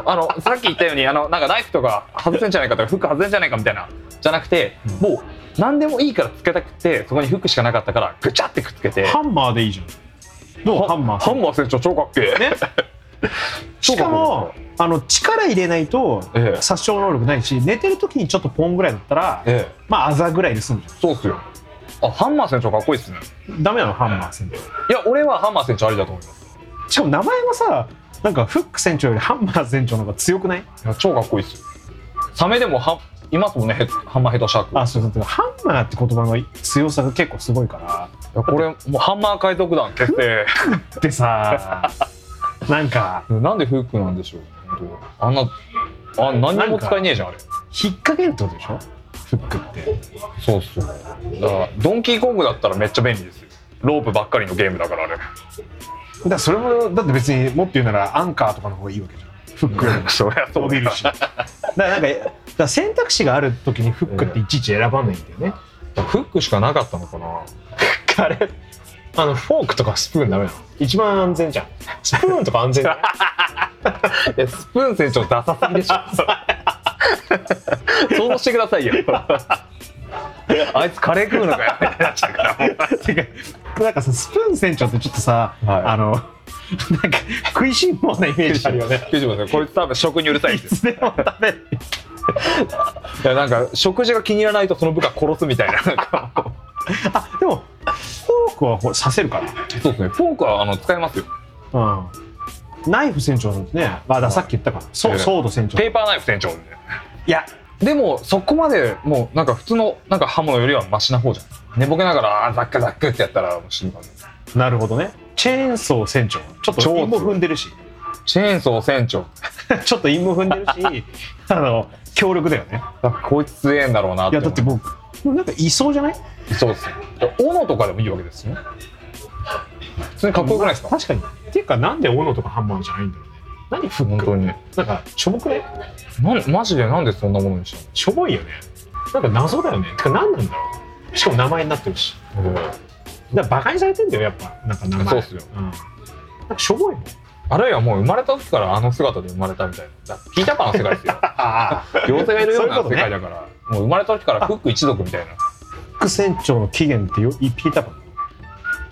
[SPEAKER 4] あのさっき言ったようにあのなんかナイフとか外せんじゃないかとかフック外せんじゃないかみたいなじゃなくて、
[SPEAKER 2] う
[SPEAKER 4] も
[SPEAKER 2] ん
[SPEAKER 4] う何でもいいからつけたくてそこにフックしかなかったからぐちゃってくっつけて
[SPEAKER 2] ハンマーでいいじゃんどうハンマー
[SPEAKER 4] ハンマー船長 [laughs] 超かっけえ、
[SPEAKER 2] ねしかもあの力入れないと
[SPEAKER 4] ええ
[SPEAKER 2] 殺傷能力ないし寝てる時にちょっとポンぐらいだったら
[SPEAKER 4] ええ
[SPEAKER 2] まああざぐらいで済むじ
[SPEAKER 4] そうっすよあハンマー船長かっこいいっすね
[SPEAKER 2] ゃんダメなのハンマー船長
[SPEAKER 4] いや俺はハンマー船長ありだと思います
[SPEAKER 2] しかも名前もさなんかフック船長よりハンマー船長の方が強くない
[SPEAKER 4] いや超かっこいいっすよサメでもはますもんねヘッハンマーヘッドシャーク
[SPEAKER 2] あそうそうそうハンマーって言葉の強さが結構すごいか
[SPEAKER 4] いやこれもうハンマー海賊団決
[SPEAKER 2] [laughs]
[SPEAKER 4] 定
[SPEAKER 2] らでさなんか
[SPEAKER 4] なんでフックなんでしょう本当あんなあ何にも使えねえじゃんあれ
[SPEAKER 2] 引っ掛けるってことでしょフックって
[SPEAKER 4] そうっすよだからドンキーコングだったらめっちゃ便利ですよロープばっかりのゲームだからあれ
[SPEAKER 2] だからそれもだって別にもっと言うならアンカーとかの方がいいわけじゃんフックよりも
[SPEAKER 4] そりゃ
[SPEAKER 2] 伸びるしだからなんかだから選択肢がある時にフックっていちいち選ばないんだよね、
[SPEAKER 4] フックしかなかったのかな
[SPEAKER 2] あれあのフォークとかスプーンダメなの一番安全じゃんスプーンとか安
[SPEAKER 4] [laughs]
[SPEAKER 2] 全
[SPEAKER 4] えスプーン船長ダサすぎでしょ想像してください [laughs] よあいつカレー食うのかよってなっちゃうからも
[SPEAKER 2] てかなんかさスプーン船長ってちょっとさ、
[SPEAKER 4] はい
[SPEAKER 2] あのなんか食いしん坊なイメージある
[SPEAKER 4] [laughs]
[SPEAKER 2] よね
[SPEAKER 4] う90%こいつ多分食にうるさいん
[SPEAKER 2] い
[SPEAKER 4] ですよ
[SPEAKER 2] つでも食べる
[SPEAKER 4] いやなんか食事が気に入らないとその部下殺すみたいななんかも
[SPEAKER 2] あでもフォークはこれさせるから
[SPEAKER 4] うそうですねフォークはあの使えますよ
[SPEAKER 2] うんナイフ船長なんてね、まあ、だからさっき言ったから、そう
[SPEAKER 4] ええ
[SPEAKER 2] ソード船長
[SPEAKER 4] ペーパーナイフ船長みたいない
[SPEAKER 2] や
[SPEAKER 4] でもそこまでもうなんか普通のなんか刃物よりはマシな方じゃん寝ぼけながらあーザックザックってやったらもう死ぬから
[SPEAKER 2] なるほどねチェーンソー船長ちょっ
[SPEAKER 4] 超
[SPEAKER 2] と
[SPEAKER 4] 強い
[SPEAKER 2] 陰も踏んでるし [laughs]
[SPEAKER 4] チェーンソー船長
[SPEAKER 2] ちょっと陰も踏んでるしあの強力だよね
[SPEAKER 4] なんかこいつ強えんだろうなっ
[SPEAKER 2] い
[SPEAKER 4] て
[SPEAKER 2] や
[SPEAKER 4] 思
[SPEAKER 2] だ
[SPEAKER 4] う
[SPEAKER 2] ってもうもうなんかいそうじゃない
[SPEAKER 4] そうっすね斧とかでもいいわけですよね普通にかっこよくないですか
[SPEAKER 2] 確かにっていうかなんで斧とかハンマーじゃないんだろうね何フ
[SPEAKER 4] 本
[SPEAKER 2] ック
[SPEAKER 4] 当に
[SPEAKER 2] なんかしょぼくね
[SPEAKER 4] なんマジでなんでそんなものにした
[SPEAKER 2] しょぼいよねなんか謎だよねてか何なんだろうしかも名前になってるし
[SPEAKER 4] の
[SPEAKER 2] だからバカにされてんだよやっぱなんか名前
[SPEAKER 4] そうっすよ
[SPEAKER 2] ん、なんかしょぼいね
[SPEAKER 4] あるいはもう生まれた時からあの姿で生まれたみたいなだからピーターパンの世界ですよ [laughs]
[SPEAKER 2] ああ
[SPEAKER 4] 行政がいるような
[SPEAKER 2] そ
[SPEAKER 4] 世
[SPEAKER 2] ういうことね
[SPEAKER 4] 界だからもう生まれた時 [laughs] からフック一族みたいな
[SPEAKER 2] フック船長の起源ってよピーターパ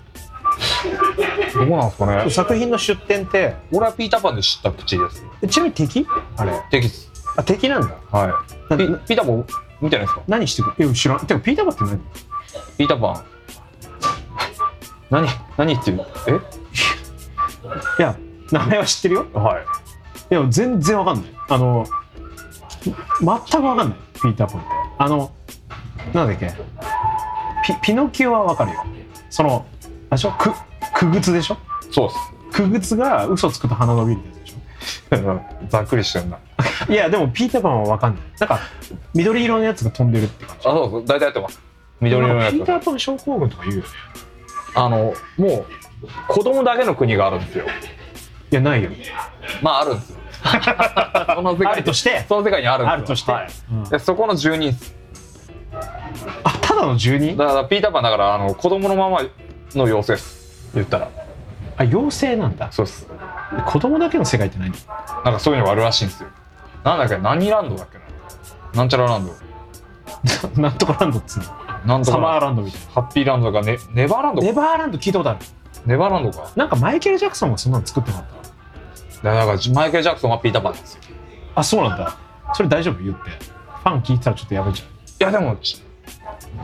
[SPEAKER 4] どうなんですか
[SPEAKER 2] ン
[SPEAKER 4] ね
[SPEAKER 2] 作品の出典って
[SPEAKER 4] 俺はピーターパンで知った口です
[SPEAKER 2] えちなみに敵あれ
[SPEAKER 4] 敵です
[SPEAKER 2] あ敵なんだ
[SPEAKER 4] はい
[SPEAKER 2] な
[SPEAKER 4] ピ
[SPEAKER 2] な
[SPEAKER 4] ピーターパン見てないですか
[SPEAKER 2] 何してくるえ知らんてかピーターパンって
[SPEAKER 4] ピーターパン [laughs] 何何言ってる
[SPEAKER 2] 何いや名前は知ってるよ
[SPEAKER 4] えはい
[SPEAKER 2] いや全然わかんないあの全くわかんないピーター・パンってあのなんだっけピピノキオはわかるよそのあれでしょくくぐつでしょ
[SPEAKER 4] そうっ
[SPEAKER 2] くぐつが嘘つくと鼻伸びるやつでし
[SPEAKER 4] す [laughs] ざっくりしてんなあ
[SPEAKER 2] ょいやでもピーター・パンはわかんないなんか緑色のやつが飛んでるって感じ
[SPEAKER 4] そうそう大体やってます緑色のや
[SPEAKER 2] ピーター・
[SPEAKER 4] つ
[SPEAKER 2] パン症候群とか言うよね
[SPEAKER 4] あのもう子供だけの国があるんですよ
[SPEAKER 2] いやないよ
[SPEAKER 4] まああるん
[SPEAKER 2] [laughs]
[SPEAKER 4] ですよその世
[SPEAKER 2] あ
[SPEAKER 4] 界
[SPEAKER 2] る
[SPEAKER 4] に
[SPEAKER 2] として
[SPEAKER 4] その世界にあるんですよ
[SPEAKER 2] あるとして、
[SPEAKER 4] はい
[SPEAKER 2] うん
[SPEAKER 4] でそこの住人っす
[SPEAKER 2] あただの住人
[SPEAKER 4] だからピーターパンだからあの子供のままの妖精っす言ったら
[SPEAKER 2] あ妖精なんだ
[SPEAKER 4] そうっす
[SPEAKER 2] 子供だけの世界って何 [laughs]
[SPEAKER 4] なんかそういうのがあるらしいんですよなんだっけ何ランドだっけななんちゃらランド
[SPEAKER 2] ななんとかランドっつうの
[SPEAKER 4] なんと
[SPEAKER 2] サ
[SPEAKER 4] か
[SPEAKER 2] マーランドみたい
[SPEAKER 4] ハッピーランドとかネネバーランド
[SPEAKER 2] な
[SPEAKER 4] か
[SPEAKER 2] ネバーランド聞いたことある
[SPEAKER 4] ネバーランドか
[SPEAKER 2] なんかマイケル・ジャクソンがそんなの作ってなかっ
[SPEAKER 4] だ
[SPEAKER 2] た
[SPEAKER 4] からなんかマイケル・ジャクソンはピーター・パンなんですよ
[SPEAKER 2] あそうなんだそれ大丈夫言ってファン聞いてたらちょっとやめちゃう
[SPEAKER 4] いやでもち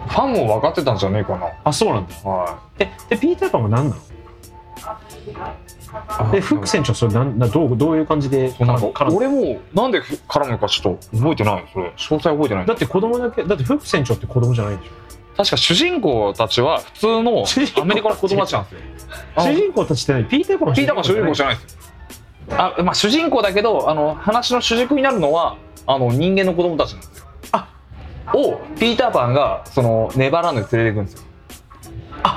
[SPEAKER 4] ファンも分かってたんじゃねえかな
[SPEAKER 2] あそうなんだ
[SPEAKER 4] は
[SPEAKER 2] えでピーターパンは何なの
[SPEAKER 4] い
[SPEAKER 2] でフック船長それなんなどうどういう感じで
[SPEAKER 4] そうなんか
[SPEAKER 2] 絡む
[SPEAKER 4] 俺もなんで絡むのかちょっと覚えてないそれ詳細覚えてない
[SPEAKER 2] だって子供だけだってフック船長って子供じゃないんでしょ
[SPEAKER 4] 確か主人公たちは普通の
[SPEAKER 2] 主人公
[SPEAKER 4] アメリカの子供たちなんですよあの
[SPEAKER 2] 主人公たちって何ピーターパンは
[SPEAKER 4] ピーターパン主人公じ
[SPEAKER 2] ゃ
[SPEAKER 4] ゃないですよあまあ主人公だけどあの話の主軸になるのはあの人間の子供たちなんですよ
[SPEAKER 2] あ
[SPEAKER 4] をピーターパンがそのネバーランドに連れていくんですよ
[SPEAKER 2] な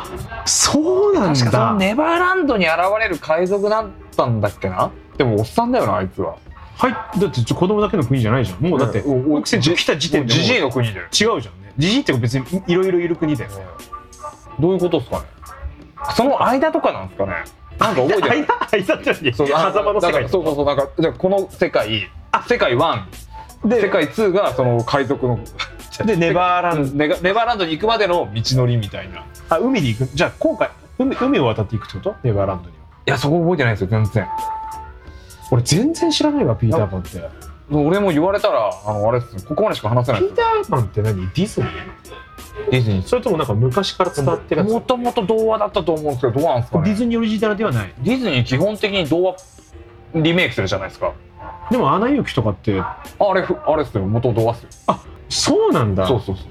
[SPEAKER 2] いそうなん
[SPEAKER 4] 確かその
[SPEAKER 2] だ
[SPEAKER 4] ネバーランドに現れる海賊だったんだっけなでもおっさんだよなあいつは
[SPEAKER 2] はいだってちょ子供だけの国じゃないじゃんもうだってフ
[SPEAKER 4] うん
[SPEAKER 2] ック船長来た時点でもう
[SPEAKER 4] ジジイの国だよ
[SPEAKER 2] 違うじゃんねジジイって別にいろいろいる国だよね
[SPEAKER 4] [laughs] どういうことですかねその間とかなんですかねなんか覚えてない
[SPEAKER 2] 間間じゃん
[SPEAKER 4] そうあ
[SPEAKER 2] 狭間の世
[SPEAKER 4] だか
[SPEAKER 2] 界
[SPEAKER 4] らそうそうそうなんかじゃあこの世界世界1
[SPEAKER 2] で
[SPEAKER 4] 世界2がその海賊の
[SPEAKER 2] でネバーランド
[SPEAKER 4] ネガネバーランドに行くまでの道のりみたいない
[SPEAKER 2] あ海に行くじゃあ今回海海を渡っていくってことネバーランドには
[SPEAKER 4] やそこ覚えてないんですよ全然
[SPEAKER 2] 俺全然知らないわピーターパンってピー
[SPEAKER 4] 俺も言われたらあのあれっすここまでしか話せないです
[SPEAKER 2] ターパンって何ディズニー
[SPEAKER 4] ディズニー
[SPEAKER 2] それともなんか昔から伝わってるやつ
[SPEAKER 4] もともと童話だったと思うんですけどどうなんですか
[SPEAKER 2] ディ
[SPEAKER 4] ね
[SPEAKER 2] ズニーオリジナルではない
[SPEAKER 4] ディズニー基本的に童話リメイクするじゃないですか
[SPEAKER 2] でも「アナ雪」とかって
[SPEAKER 4] あれふあれっすよ元童話っすよ
[SPEAKER 2] そうなんだ
[SPEAKER 4] そうそうそう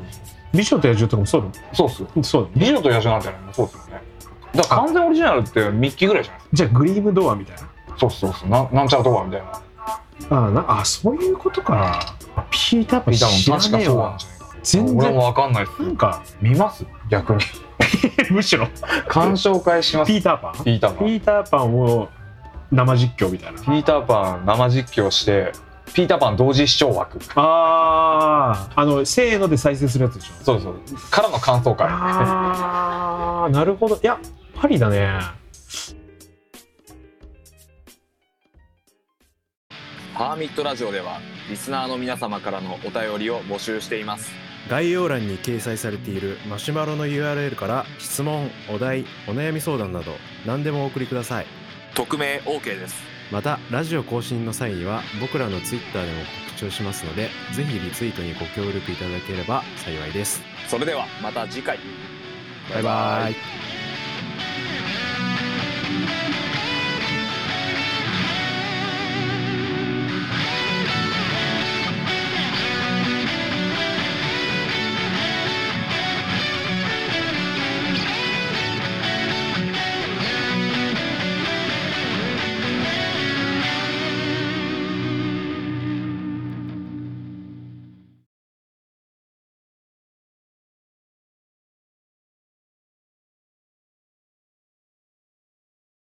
[SPEAKER 2] 美女と野獣とかもそう
[SPEAKER 4] そうっすよ
[SPEAKER 2] だそうだ
[SPEAKER 4] 美女と野獣なんてねそうっすよねだから完全オリジナルってミッキーぐらいじゃないです
[SPEAKER 2] じゃあグリームドアみたいな
[SPEAKER 4] かそうそうそうなんなんちゃら童話みたいな
[SPEAKER 2] あーなあそういうことかあピーターパン
[SPEAKER 4] 見たもん
[SPEAKER 2] 知ら
[SPEAKER 4] 確か
[SPEAKER 2] ねえ
[SPEAKER 4] そうなん
[SPEAKER 2] わ
[SPEAKER 4] じゃないか
[SPEAKER 2] 全
[SPEAKER 4] 俺
[SPEAKER 2] 然
[SPEAKER 4] もわかんないっす
[SPEAKER 2] なんか
[SPEAKER 4] 見ます逆
[SPEAKER 2] [laughs]
[SPEAKER 4] に
[SPEAKER 2] むしろ
[SPEAKER 4] 鑑賞会します
[SPEAKER 2] ピーターパン
[SPEAKER 4] ピーターパ
[SPEAKER 2] ピ
[SPEAKER 4] ン
[SPEAKER 2] ーターパンを生実況みたいな
[SPEAKER 4] ピーターパン生実況してピーターパン同時視聴枠
[SPEAKER 2] あーあのせーので再生するやつでしょ
[SPEAKER 4] そうそうからの感想会
[SPEAKER 2] ああなるほどいやパリだね
[SPEAKER 1] パーミットラジオではリスナーの皆様からのお便りを募集しています
[SPEAKER 3] 概要欄に掲載されているマシュマロの URL から質問お題お悩み相談など何でもお送りください
[SPEAKER 1] 匿名 OK です
[SPEAKER 3] またラジオ更新の際には僕らの Twitter でも告知をしますのでぜひリツイートにご協力いただければ幸いです
[SPEAKER 1] それではまた次回
[SPEAKER 3] バイバイ